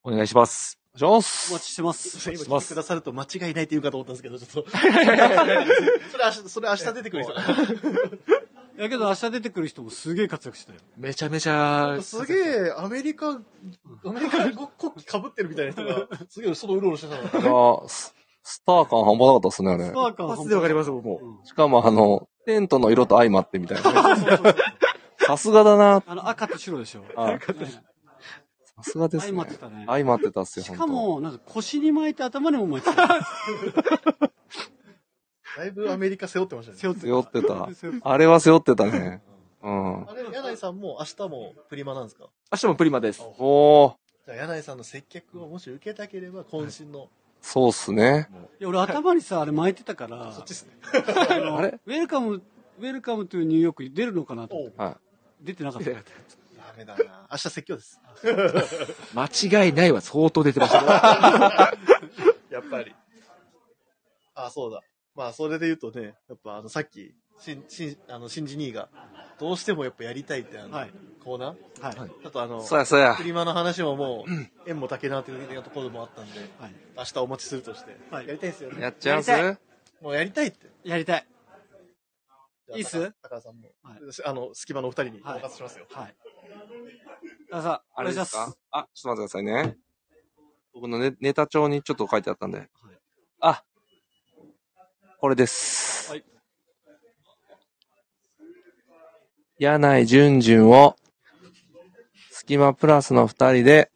お願いします。
お願いし
お
ま
待
す。
ちしてま
そ
す。
れ今
しま
来て
す
くださると間違いないって言うかと思ったんですけど、ち (laughs) ょっと。それ明日、それ明日出てくる人だか
やけど明日出てくる人もすげえ活躍してたよ。
めちゃめちゃ
ら。、すげえ、アメリカ、アメリカ国旗被ってるみたいな人が、 (laughs) すげえ、そのうろうろしてたの。
いやーススター感半端なかったですね、あ
ス
れ
タ。ー
一
感
発でわかります、僕
う
も
ん
しかもあの、テントの色と相まってみたいなね。
(laughs) そうそうそう
さすがだな。
あの赤と白でしょ。
あ
ね
さすがです
相
ね
まって。たね。
相まってたっすよ、
し
ほん
か
と。
も、なんか腰に巻いて頭にも巻いてた。
だいぶアメリカ背負ってましたね。
背負ってた。
背負ってた
背負って
あれは背負ってたね。うん。
あれ、柳井さんも明日もプリマなんですか
明日もプリマです。
おー、
じゃあ、柳井さんの接客をもし受けたければ、渾身の、
そうっすね。
いや、俺頭にさ、あれ巻いてたから、
そっちですね。
あの
あれ
ウェルカム、ウェルカムというニューヨークに出るのかなと思って。
は
出てなかった。
ダメだな。明日説教です。
間違いないは相当出てま (laughs) した。
やっぱり。 (laughs) あ、そうだ。まあ、それで言うとね、やっぱあの、さっき、しん、しん、あの、新次兄が、どうしてもやっぱやりたいって、あの、
はい
コーナー
はい。
は
はいい。
ちょっとあ
い。
の、
そうやそうや
フ。リマの話ももう、縁も竹なっていうところもあったんで、明日お待ちするとして、
はい
やりたいですよね。
やっちゃう
やり
ぜ。
たいもうやりたいって。
やりたい。いいっ
じゃあ
す
高田さんも、
はい
あの、隙間のお二人にお
はい
任せしますよ。
はい。あさん、お
あ
願
れ
いし
で
ますす。
かあ、ちょっと待ってくださいね。僕のネネタ帳にちょっと書いてあったんで。あ、これです。
はい
柳井淳淳を、スキマプラスの二人で、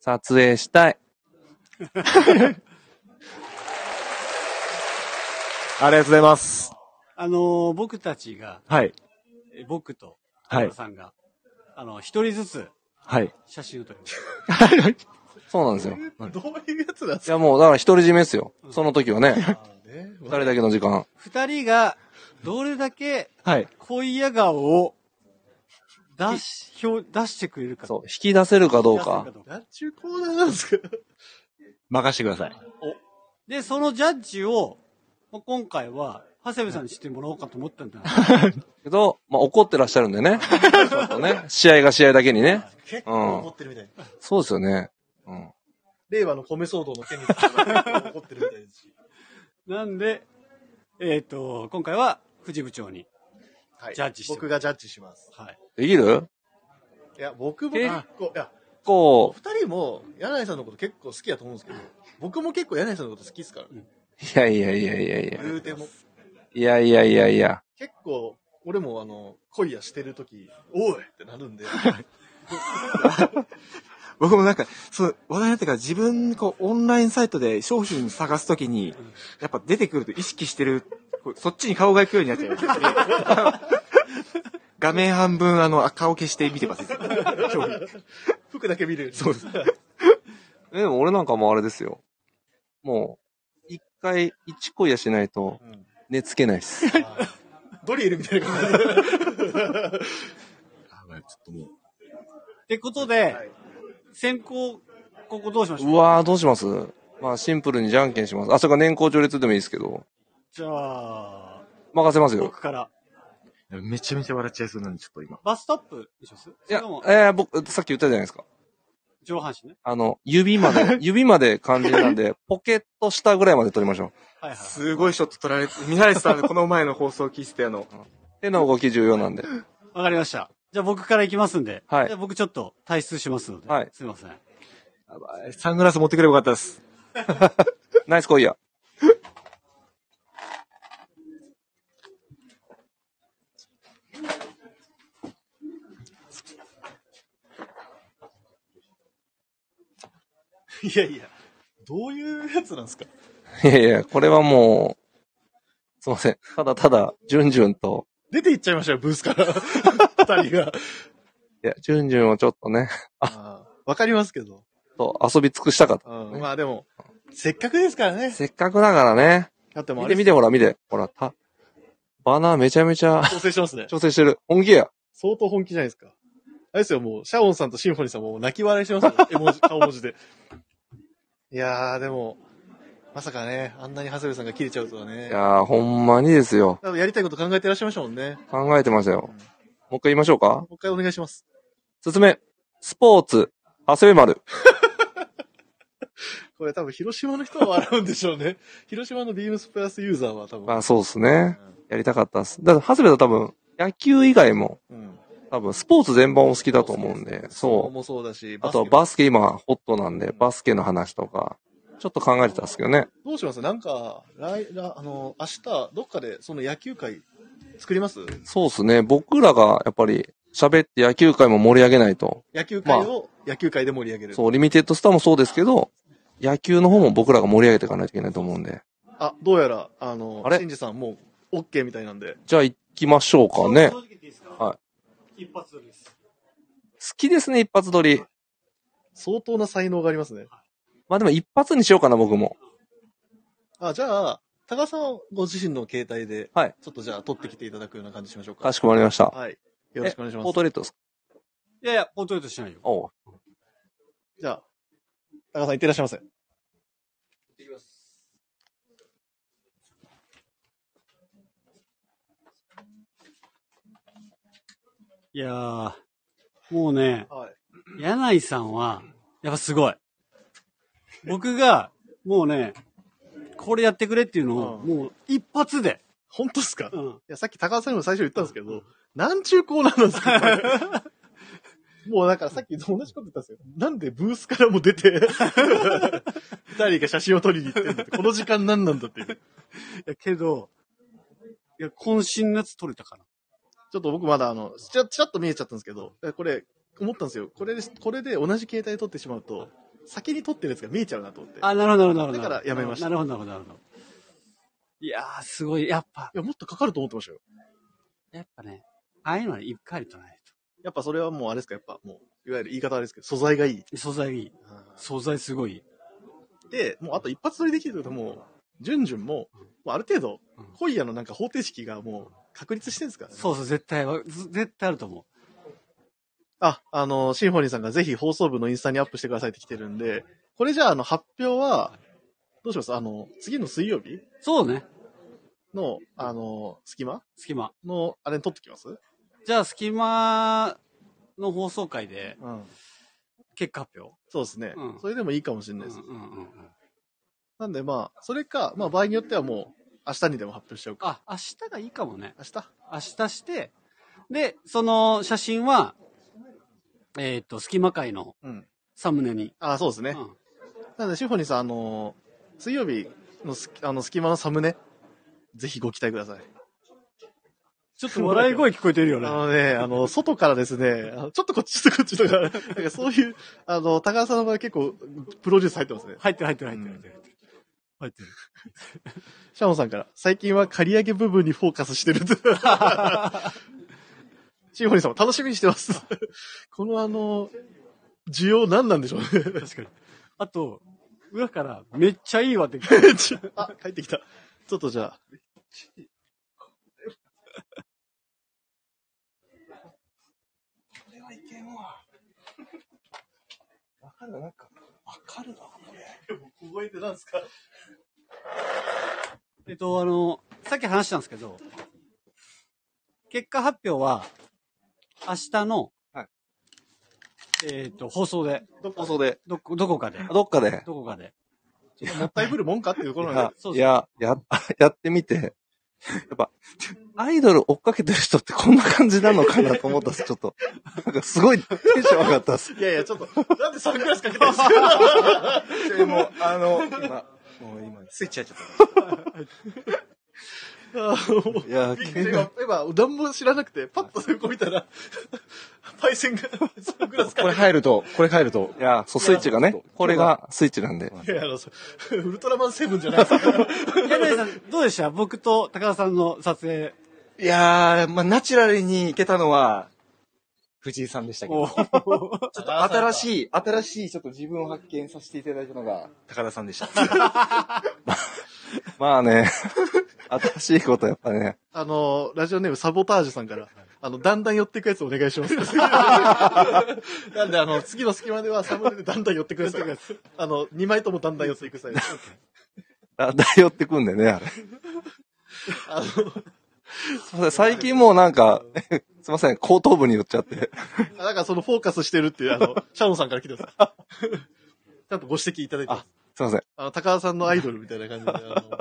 撮影したい。
ありがとうございます。
あのー僕たちが、
はい。
え僕と、
はい
高田さんが、あの、一人ずつ
はい。
写真を撮ります。
そうなんですよ。
どういうやつだっ
いやもう、だから独り占めですよ。その時は
(laughs)
ね、 (laughs)
すね。
二人だけの時間。
二人が、どれだけ
はい。
恋や顔を出し、表、出してくれるか。
そう、引き出せるかどうか。
なんちゅうコーナーなんですか
任してください。
で、そのジャッジを、まあ今回は、長谷部さんにしてもらおうかと思ったんだ。
けど、まあ怒ってらっしゃるんで
(laughs)
ね。ちょっとね、試合が試合だけにね。
結構怒ってるみた (laughs) い。
そうですよね。うん。
令和の米騒動の件について怒ってるみたいですし。
なんで、えっ、と、今回は藤部長に。
はい
ジャッジして
僕がジャッジします。
はい。
できる
いや、僕も
え
結構、いや、お
こ
二人も柳井さんのこと結構好きだと思うんですけど、僕も結構柳井さんのこと好きですから、
う、いやいやいやいやいや。
言うても。
いやいやいやいや。
結構、俺もあの、恋やしてるとき、おいってな
(laughs)
るんで、
僕もなんか、そう、話題になってから自分、こう、オンラインサイトで商品探すときに、やっぱ出てくると意識してる、こうそっちに顔が行くようになっちゃいます画面半分、あの、あ顔消して見てます。商品
服だけ見るよう
(laughs)
に。
そうです。
え、でも俺なんかもうあれですよ。もう、一回、一恋やしないと、
うん
寝つけないっ (laughs) す。
ドリエルみたいな感じで。
あまあちょっともう
ってことで、先行、ここどうしましょう
うわー、どうしますまあ、シンプルにじゃんけんします。あ、それか年功序列でもいいですけど。
じゃあ、
任せますよ。
僕から。
めちゃめちゃ笑っちゃいそうなんで、ちょっと今。
バストアップにします
いや
それとも、
えー、僕、さっき言ったじゃないですか。
上半身ね。
あの、指ま (laughs) で、指まで肝心なんで、ポケット下ぐらいまで取りましょう。
はいはい。
すごいショット取られて、見られてたんで、この前の放送を聞いてて、あの、
手の動き重要なんで。
わかりました。じゃあ僕から行きますんで。
はい
じゃあ僕ちょっと退出しますので。
はい
すいません。
やばいサングラス持ってくればよかったです。
ナイス恋や。
いやいや、どういうやつなんですか
(laughs) いやいや、これはもう、すいません。ただただ、ジュンジュンと、
出て行っちゃいましたよ、ブース
(laughs)
から。二人が。
いや、ジュンジュンをちょっとね、
あーわかりますけど。
と遊び尽くしたかった。
うんまあでも、せっかくですからね。
せっかくだからね。
だってもう
見
あ
て
れ
見て、ほら見て。ほら、た、バナーめちゃめちゃ (laughs)
調整してますね。
調整してる。本気や。
相当本気じゃないですか。あれですよ、もう、シャオンさんとシンフォニーさんももう泣き笑いしてますよ。絵
(laughs)
文字、顔文字で。いやー、でも、まさかね、あんなに長谷部さんが切れちゃうとはね
い。やー、ほんまにですよ。
多分やりたいこと考えてらっしゃいましたもんね。
考えてましたよ。も
ん
う一回言いましょうか。
もう一回お願いします。
進め。スポーツ、長谷部丸。
これ多分広島の人は笑うんでしょうね。 (laughs) 広島のビームスプラスユーザーは多分。
まあそうですね。やりたかったっす。だから、長谷部さん多分、野球以外も、
うん。
多分、スポーツ全般お好きだと思うんで、
そう。
そう。
もそうだし、
あと、
バス
バスケ今、ホットなんで、バスケの話とか、ちょっと考えてたんですけどね。
ケどうしますなんか、来、来あの、明日、どっかでその野球会作ります
そうですね。僕らが、やっぱり、喋って野球界も盛り上げないと。
野球会を野球会で盛り上げる。
そう、リミテッドスターもそうですけど、野球の方も僕らが盛り上げていかないといけないと思うんで。
あ、どうやら、あの、
あれ
シンジさんもう、OK みたいなんで。
じゃあ行きましょうかね。好
直言っていいですか。
はい
一発撮りです。
きですね、一発撮り。
相当な才能がありますね。
まあでも一発にしようかな、僕も。
あ、じゃあ、高さんはご自身の携帯で、
はい
ちょっとじゃあ撮ってきていただくような感じしましょうか。
かしこまりました。
はい。よろしくお願いしま
ポー
す。
トレートですか
いやいや、ポートレートしないよ。
おう
じゃあ、高さんいってらっしゃいませ。
いやー、もうね、
はい。
柳井さんは、やっぱすごい。僕が、もうね、これやってくれっていうのを、
うん
もう一発で。
本当っすか、
う
い
ん。
や、さっき高田さんにも最初言ったんですけど、なんちゅうコーナーなんですかこ (laughs) れもうだからさっきと同じこと言ったんですよ。なんでブースからも出て、二人が写真を撮りに行ってんだって、この時間何なんだっていう。
いや、けど、いや、渾身のやつ取れたから。
ちょっと僕まだあの、ちらちらっと見えちゃったんですけど、えこれ、思ったんですよ。これで、これで同じ携帯で撮ってしまうと、先に撮ってるやつが見えちゃうなと思って。い
あ、なるほど、なるほど、なるほど。
だからやめました
なるほど、なるほど、なるほど。いやー、すごい。やっぱ、
や、もっとかかると思ってましたよ。
やっぱね、ああいうのは一回とないと。
やっぱそれはもうあれですか、やっぱもう、いわゆる言い方あれですけど、素材がいい。
素材いい。素材すごい。
で、もうあと一発撮りできるともう、ジュンジュンも、もうある程度
うん、
今夜のなんか方程式がもう確立してるんですからね。
そうそう、絶対は、ず絶対あると思
あ、あの、シンフォニーさんがぜひ放送部のインスタにアップしてくださいって来てるんで、これじゃあ、あの、発表は、どうしますあの、次の水曜日
う。そうね。
の、あの、隙間
隙間。
の、あれに撮ってきます
じゃあ、隙間の放送回で
うん。
結果発表。
そうですね、
うん
それでもいいかもしれ
う
なんいうで
ん
す。
うんうん。
なんでまあ、それか、まあ場合によってはもう、明日にでも発表しちゃうか。
あ、明日がいいかもね。
明日
明日して、で、その写真は、えっ、と、隙間界の
うん。
サムネに。
あ、そうですね。
うん
なんで、シンフォニーさん、あの、水曜日のすあの隙間のサムネ、ぜひご期待ください。
ちょっと笑い声聞こえてるよ
あ
ね。
のね、あの、外からですね、あのちょっとこっち、ちょっとこっちとか、なんかそういう、あの、高田さんの場合結構、プロデュース入ってますね。
入ってる入ってる入ってる入ってる。入ってる。
シャモンさんから、最近は刈り上げ部分にフォーカ
(laughs)
スしてると。シンフォニーさんも楽しみにしてます。このあの、需要何なんでしょうね。
確かに。あと、裏から、めっちゃいいわって聞こ (laughs) える。
ちあ、帰ってきた。ちょっとじゃあ。これはいけんわ。わかる、なんか、わかるな、これ。覚えてなんすか
えっと、あの、さっき話したんですけど、結果発表は、明日の、
はい
えっと、放送で、
放送で。
どこ、どこかで、
どっかで。
どこかで。
もったいぶるもんかっていうところ
い
なん
や
で、
そうそう
いや、や、 (laughs) やってみて。やっぱ、アイドル追っかけてる人ってこんな感じなのかなと思ったっ
(laughs)
す、ちょっと。なんかすごいテンション上がったっす。
いやいや、ちょっと、なんでサングラスかけてるんですか (laughs)
もう、あの、今、もう今、スイッチ入っちゃった。いや、
びっくりした今、今、何も知らなくて、パッと横見たら、パイセンが、サングラスか
これ入ると、これ入ると
い、や、そう、スイッチがね、これがスイッチなんで。
けて、あの、そうウルトラマンセブンじゃないですか。
柳井さん、どうでした僕と高田さんの撮影。
いやー、まあ、ナチュラルにいけたのは、
藤井さんでしたけ
お
ど、
ー
ちょっと新しい、新しいちょっと自分を発見させていただいたのが、
高田さんでした。
(laughs) まあね、新しいことやっぱね、
あの、ラジオネームサボタージュさんから、あの、だんだん寄っていくやつお願いします。なんで、あの、次の隙間ではサムネでだんだん寄ってください。あの、2枚ともだんだん寄っていくさい。
だ、だよってくんでね、あれ。
あの、
すいません最近もうなんか、すいません、後頭部に寄っちゃって。
なんかそのフォーカスしてるっていう、あの、シャノンさんから来てます。ちゃんとご指摘いただいてます。
すいません。
あの、高田さんのアイドルみたいな感じで、あの、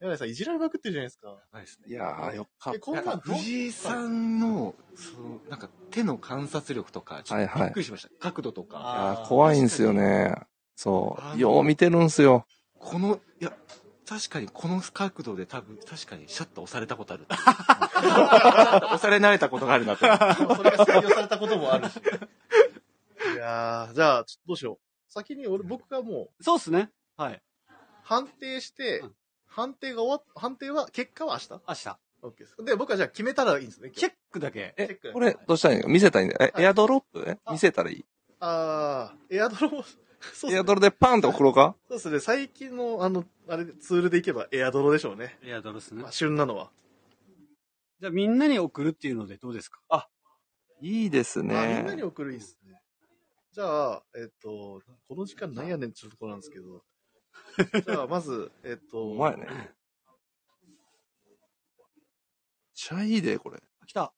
柳井さんいじられまくってるじゃないですか。
いやー、よっか
え、こんなんどう
藤井さんの、その、なんか手の観察力とか、ちょ
はい
っと
はい
びっくりしました。角度と
い
か。
やー怖いんすよね。そ
あの
う。よう見てるんすよ。
この、いや、確かにこの角度で多分、確かにシャッター押された
(laughs)
ことある。押され慣れたことがあるなと。
それが採用されたこともあるし。いやー、じゃあ、ちょっとどうしよう。先に俺、僕がもう、
そうっすね。はい。
判定して、
うん
判定が終わっ、判定は、結果は明日
明日。
オッケーです。で、僕はじゃあ決めたらいいんですね。
チェ
ッ
ックだけ。
ク。チェック。
これ、どうしたらいいの見せたらいいんだよ。
は
え、
い
エアドロップえ見せたらいい
あー、エアドロも、 (laughs) そう
エ
です
ア
ね。
ドロでパンって送ろうか
そうですね。最近の、あの、あれ、ツールでいけばエアドロでしょうね。
いや、ドロスね
まあ、。旬なのは。
じゃあみんなに送るっていうのでどうですか
いいです
あみんな
ね
に。送るいいですね。じゃあ、えっと、この時間なんやねんっていうところなんですけど。じゃあ、まず、えっと、
うまいね。めっちゃいいで、これ。
来た。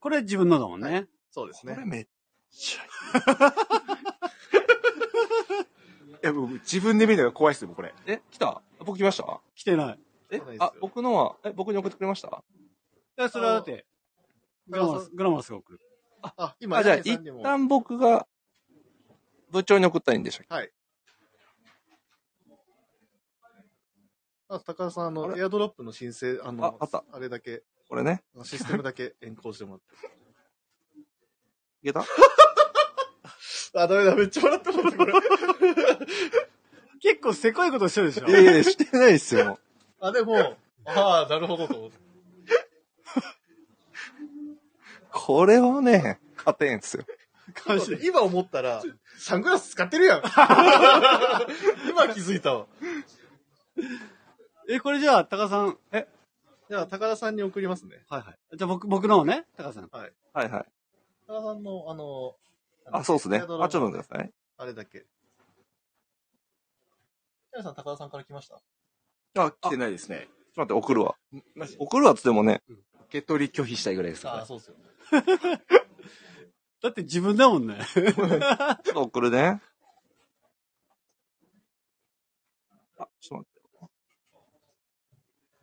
これ自分のだもんね。
そうです
これ
ね。
めっちゃいい。
(laughs) いや、僕、自分で見るのが怖いっすよ、これ。
え、来た僕来ました
来てない。
え
来ないですよ
あ、僕のは、え、僕に送ってくれました
いや、それはだって、グラマラス、グラマラスが送る。
あ、今、
あ、じゃあ、
柳井さ
一
んにも
旦僕が、部長に送ったらいいんでしょ
あ、高田さん、あの、
あれ
エアドロップの申請、あの、
ああった
れだけ、
これね。
あのシステムだけ変更してもらって。
いけた
あ、ダメだ、めっちゃ笑ってもらった、これ。
結構せこいことしてるでしょ
いやいや、してないですよ。
あ、 (laughs) でも、ああ、なるほどと思って。
これはね、勝てんすよ。
(laughs)
今今思ったら、サングラス使って (laughs) るやん。今気づいたわ。
え、これじゃあ、高さん。え
じゃあ、高田さんに送りますね。
はいはい。じゃあ、僕、僕のをね、高さん。
はいはい。
高田さんの、あの、。
あ、そうですね。あ、ちょっと待ってください。
あれだっけ。皆さん、高田さんから来ました
あ、来てないですね。
ちょっと待って、送るわ。送るわっつってもね、
受け取り拒否したいぐらいです
ああ、
か
そうですよね。
だって自分だもんね。
ちょっと送るね。あ、ちょっと待って。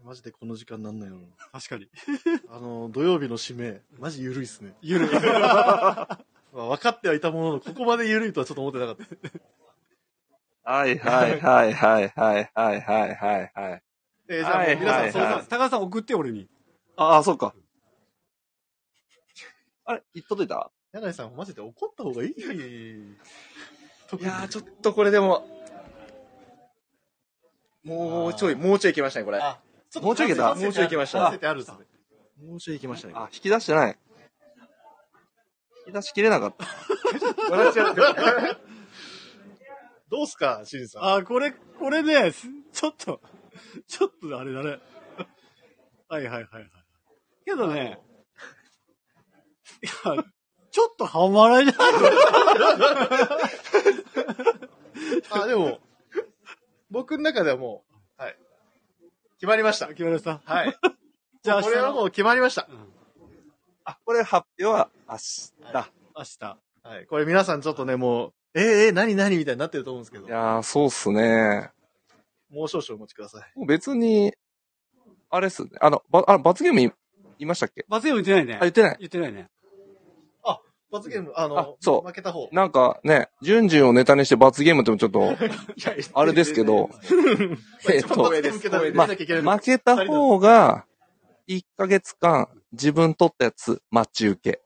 マジでこの時間なんないの
確かに。
あの、土曜日の締め、マジ緩いっすね。
(laughs) ゆる。
まあ、分かってはいたものの、ここまで緩いとはちょっと思ってなかった。
はいはいはいはいはいはいはいはいはい。
えー、じゃあもう皆さん、
はい
その
はい
さ、
高田さん送って、俺に。
ああ、そうか。あれ、言っといた
柳井さん、マジで怒った方がいい。
ら。いやー、ちょっとこれでも、もうちょい、もうちょい行きましたね、これ。
あち
もうちょいいけた
もうちょいいけました。
あ
反省点あるんですね。
もうちょい行きましたね。
あ、引き出してない。引き出しきれなかった。
笑っちゃった。
どうすか、しんさん。
あ、これ、これね、すちょっと、ちょっとあれだね。はいはいはいはい。けどね、いや、ちょっとハマらない。
あ、でも、僕の中ではもう、はい。決まりました。
決まりました。
(laughs) はい。
じゃあ明
こ
日
れは
の、
もう決まりました。
あ、これ発表は明日。
明日。
はい。これ皆さんちょっとね、もう、えー、えー、何何みたいになってると思うんですけど
い、やー、そうっすね。
もう少々お待ちください。
もう別に、あれっすね。あの、ばあ罰ゲームいいましたっけ
罰ゲーム言ってない
あ、
ね
言。ってない。
言ってないね。
罰ゲーム、あの、
あそう
負け (laughs) た方。
なんかね、ジュンジュンをネタにして罰ゲームってもちょっ (laughs) と、あれですけ (laughs) ど、えっ
(laughs)
と、
罰ゲーム受けたら
まあ
出なきゃいけないの
負けた方が、1ヶ月間、自分取ったやつ、待ち受け。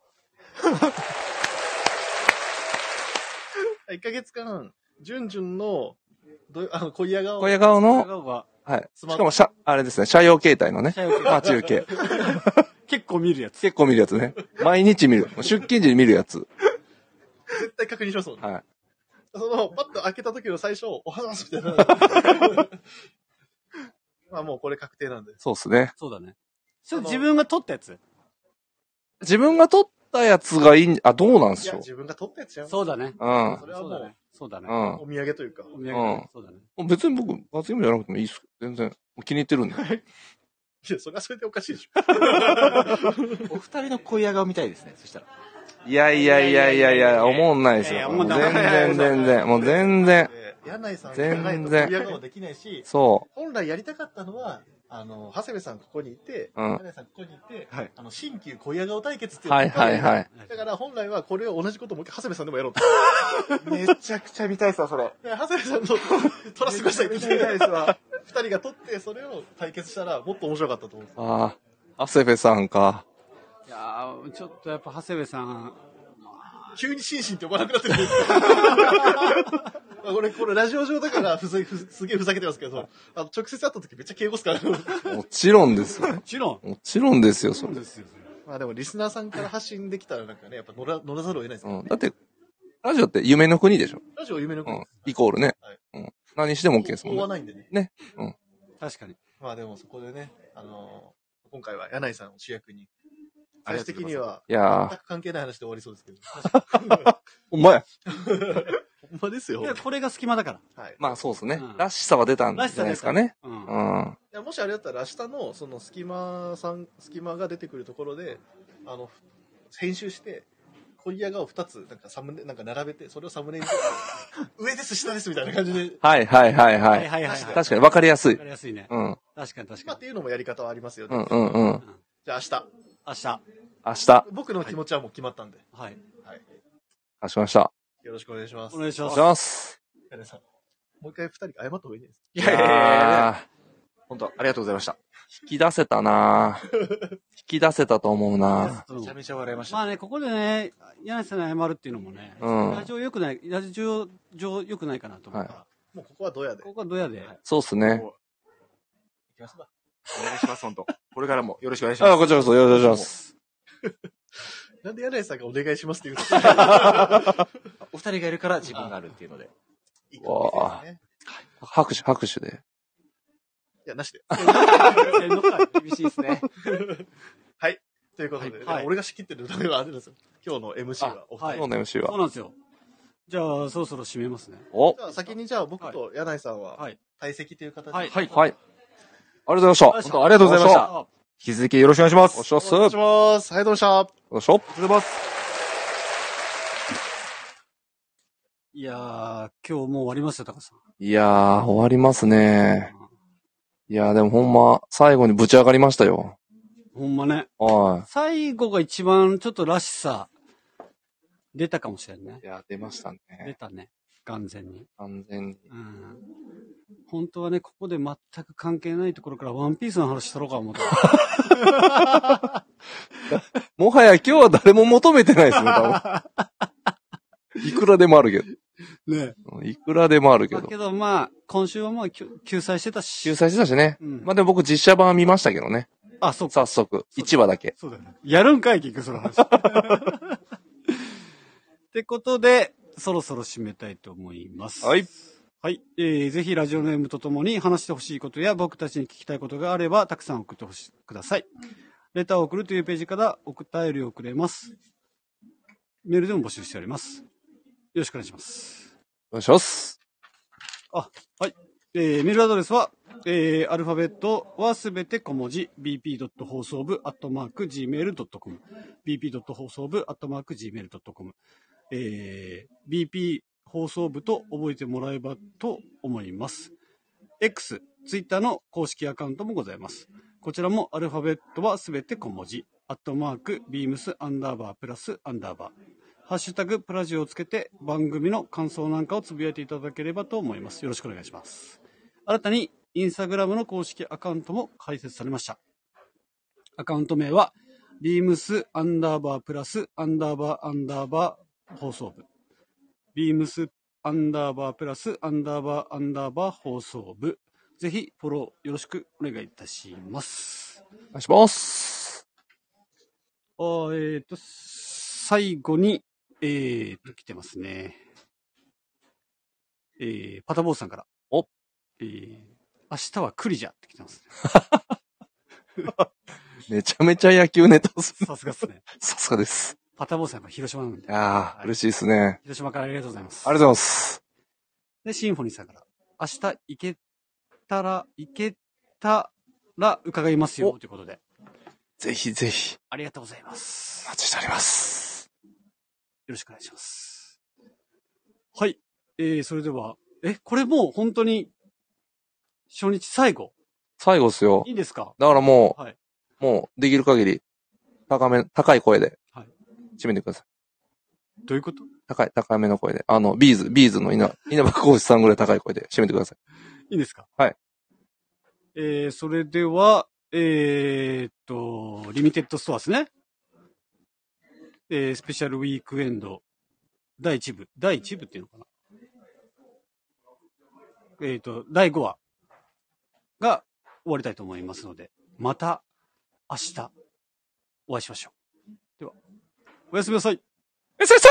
1ヶ月間、ジュンジュンの、どあの、小屋顔
小屋顔の、
高尾が
はい。
スマ
し
ホ
かも、しゃ、あれですね、社用携帯のね、待ち受け。
結構見るやつ。
(laughs) 結構見るやつね。毎日 (laughs) 見る。もう出勤時に見るやつ。
絶対確認しますもん。
はい。
その、パッと開けた時の最初、お話みたいな。 (laughs) まあもうこれ確定なんで。
そうっすね。
そうだね。それ自分が撮ったやつ。
自分が取ったやつがいいん、あ、どうなん
い
す
や、
よ。
自分が取ったやつじゃん。
そうだね。
うん。う
それはもう
だね。そうだね。
ん。
お土産というか。
お土産だ
うん
ね。そうだね。
もう別に僕、罰ゲームじゃなくてもいいっす。全然。気に入ってるんで。
いや、それはそれでおかしいでしょ。
お二人の小屋顔見たいですね、そしたら。
(laughs) いやいやいやいやいや、思んないです
いやい
よ。
や
も
思
うん全
ない
然全然。もう全然。
で柳井さんが
全然
ないと小屋顔できないし、
そ
本来やりたかったのは、あの、長谷部さんここにいて、
うん
柳井さんここにいて、
はい
あの、新旧小屋顔対決って
う。
いうのを
はいはいはい。
だから本来はこれを同じことをもう一回長谷部さんでもやろうと。
めちゃくちゃ見たいさ、それ。
で長谷部さんの取らせてくださいって
め
言っ
ちゃくちゃ見たい
て、
ですわ。
二人が取ってそれを対決したらもっと面白かったと思うんですよ。
ああ、アセベさんか。
いやーちょっとやっぱ長谷部さん、
急に心身って呼ばなくなって (laughs) るんですよ。まあこれ、これラジオ上だからふざふすげえふざけてますけど、あの直接会った時めっちゃ敬語っすから。
もちろんですよ
も。ちろん。
もちろんですよ、そ
そう
れ。
ですよ。
まあでもリスナーさんから発信できたらなんかね、やっぱ乗ら乗らざるを得ないですか
う
ら。
ん。だって、ラジオって夢の国でしょ。
ラジオ夢の
う
国
ん。イコールね
はい。
うん。何しても OK ですも
追わ
んね。
ないんでね。
確かに。
まあでもそこでね、あのー今回は柳井さんを主役に、
あり
最
がと
終
うご
的
ざいます
にはい
やー
全、く関係ない話で終わりそうですけど。
お前。
ほんまですよ。
で、これが隙間だか
はい。い
まあそうですね
う。ん
らしさは出たんじ
ら。
ゃ
らしさ
ないですかね。。
う。
うんん。
やもしあれだったら明日のその隙間さん、隙間が出てくるところで、あの、編集して、小屋顔2つ、なんかサムネ、なんか並べて、それをサムネにして、 (laughs) 上です、下ですみたいな感じで、
はいはいはいは
はい
い。
はいはいはい。
確かに分かりやす
わ
い
か。りやすいね。
うん。
確かに確
ま
か
あっていうのもやり方はありますよ
う
ね。
んうんうん。
に。
じゃあ明
明日。
明日、
日、僕の気持ちはもう決まったんで、
はい。
はい。
貸しました。
よろしくお願いします。
お願いしま
お願い
す
し。ます。
柳井さん、もう一回2人謝った方がいいんじゃないですか
い
い
やいやいやいや
やー
本当ありがとうございました。
引き出せたなぁ引き出せたと思うなぁ
うん
めちゃめちゃ笑いました。
まあね、ここでね、柳瀬さんに謝るっていうのもね、
うん
ラジオ良くない、ラジオ上良くないかなと思う。
はい
もうここはどうやで。
ここはドヤで。
そうっすね。
行きますか
お願いします、本当これからもよろしくお願いします。
あ、こちらこそ、よろしくお願いします。
なんで柳井さんがお願いしますって言うの
(laughs) お二人がいるから自分があるっていうので。
いい関係性ですね。
拍手、拍手で。
いや、なしで。 (laughs)
厳しいですね。
ということで、
はいはい
俺が仕切ってるのではあ
(laughs)
れですよ。今日の MC はお二人。
はい
今日の MC
(laughs) そう
は。
なんですよ。じゃあ、そろそろ締めますね。
お
じゃあ先にじゃあ僕と柳井さん
は
はい退席という形で。
はい。
はい。ありがとうございました。
本
当ありがとうございました
あ
引き続きよろしくお願いします
お。っしゃっ
お
す。
願
お
い
っ
します。はい、どうもでした。
しゃ。
おはようございます。
いやー、今日もう終わりました、高橋さん。
いやー、終わりますね。いやー、でもほんま、最後にぶち上がりましたよ。
ほんまね。
は
最後が一番ちょっとらしさ、出たかもしれんね
い。。いやー、出ました
出
ね。
たね。完全に。
完全に。
うん。本当はね、ここで全く関係ないところからワンピースの話しとろう
(laughs)
か思った。
もはや今日は誰も求めてないですね、多 (laughs) 分。いくらでもあるけ
ね
ど。いくらでもあるけ
だ
ど
け。どまあ、今週はまあ、きゅ救済してたし。
救済してたしね。
うん
まあでも僕実写版見ましたけどね。
あ、そうか。
早速。1話だけ。
そうだよね。やるんかい、結局その
(laughs)
話。ってことで、そろそろ締めたいと思います。
はい。
はい。えー、ぜひラジオネームとともに話してほしいことや僕たちに聞きたいことがあれば、たくさん送ってほしください。レターを送るというページからお便りをくれます。メールでも募集しております。よろしくお願いします。
お願いします。
えーメールアドレスは、えーアルファベットはすべて小文字、bp. 放送部、アットマーク、gmail.com。bp. 放送部、アットマーク、gmail.com。えー bp 放送部と覚えてもらえばと思います。X、Twitter の公式アカウントもございます。こちらもアルファベットはすべて小文字、アットマーク、beams、アンダーバー、プラス、アンダーバー。ハッシュタグ、プラジオをつけて、番組の感想なんかをつぶやいていただければと思います。よろしくお願いします。新たに、インスタグラムの公式アカウントも開設されました。アカウント名は、beams アンダーバープラスアンダーバーアンダーバー放送部。beams アンダーバープラスアンダーバーアンダーバー放送部。ぜひ、フォローよろしくお願いいたします。
お願いします。
あーえっ、と、最後に、えー、と、来てますね。えー、パタボーさんから。
お
えー、明日はクリじゃって来てます、
めちゃめちゃ野球ネタっす
さすがっすね。
さすがです。
パタボーさんやっぱ広島なんで
い。やー、嬉しいですね。
広島からありがとうございます。
ありがとうございます。
で、シンフォニーさんから、明日行けたら、行けたら伺いますよ、ということで。
ぜひぜひ、
ありがとうございます。
お
よ
待ちしております。
ろしくお願いします。はい。えー、それでは、え、これもう本当に、初日最後。
最後っすよ。
いいですか
だからもう、
はい。
もう、できる限り、高め、高い声で
はい、
締めてください。
どういうこと
高い、高めの声で。あの、ビーズ、ビーズの稲、稲葉浩志さんぐらい高い声で締めてください。
いいんですか
はい。
えー、それでは、えー、っと、リミテッドストアですね。えー、スペシャルウィークエンド、第1部。第1部っていうのかなえー、っと、第5話が終わりたいと思いますので、また明日お会いしましょう。では、おやすみなさい。
え、先生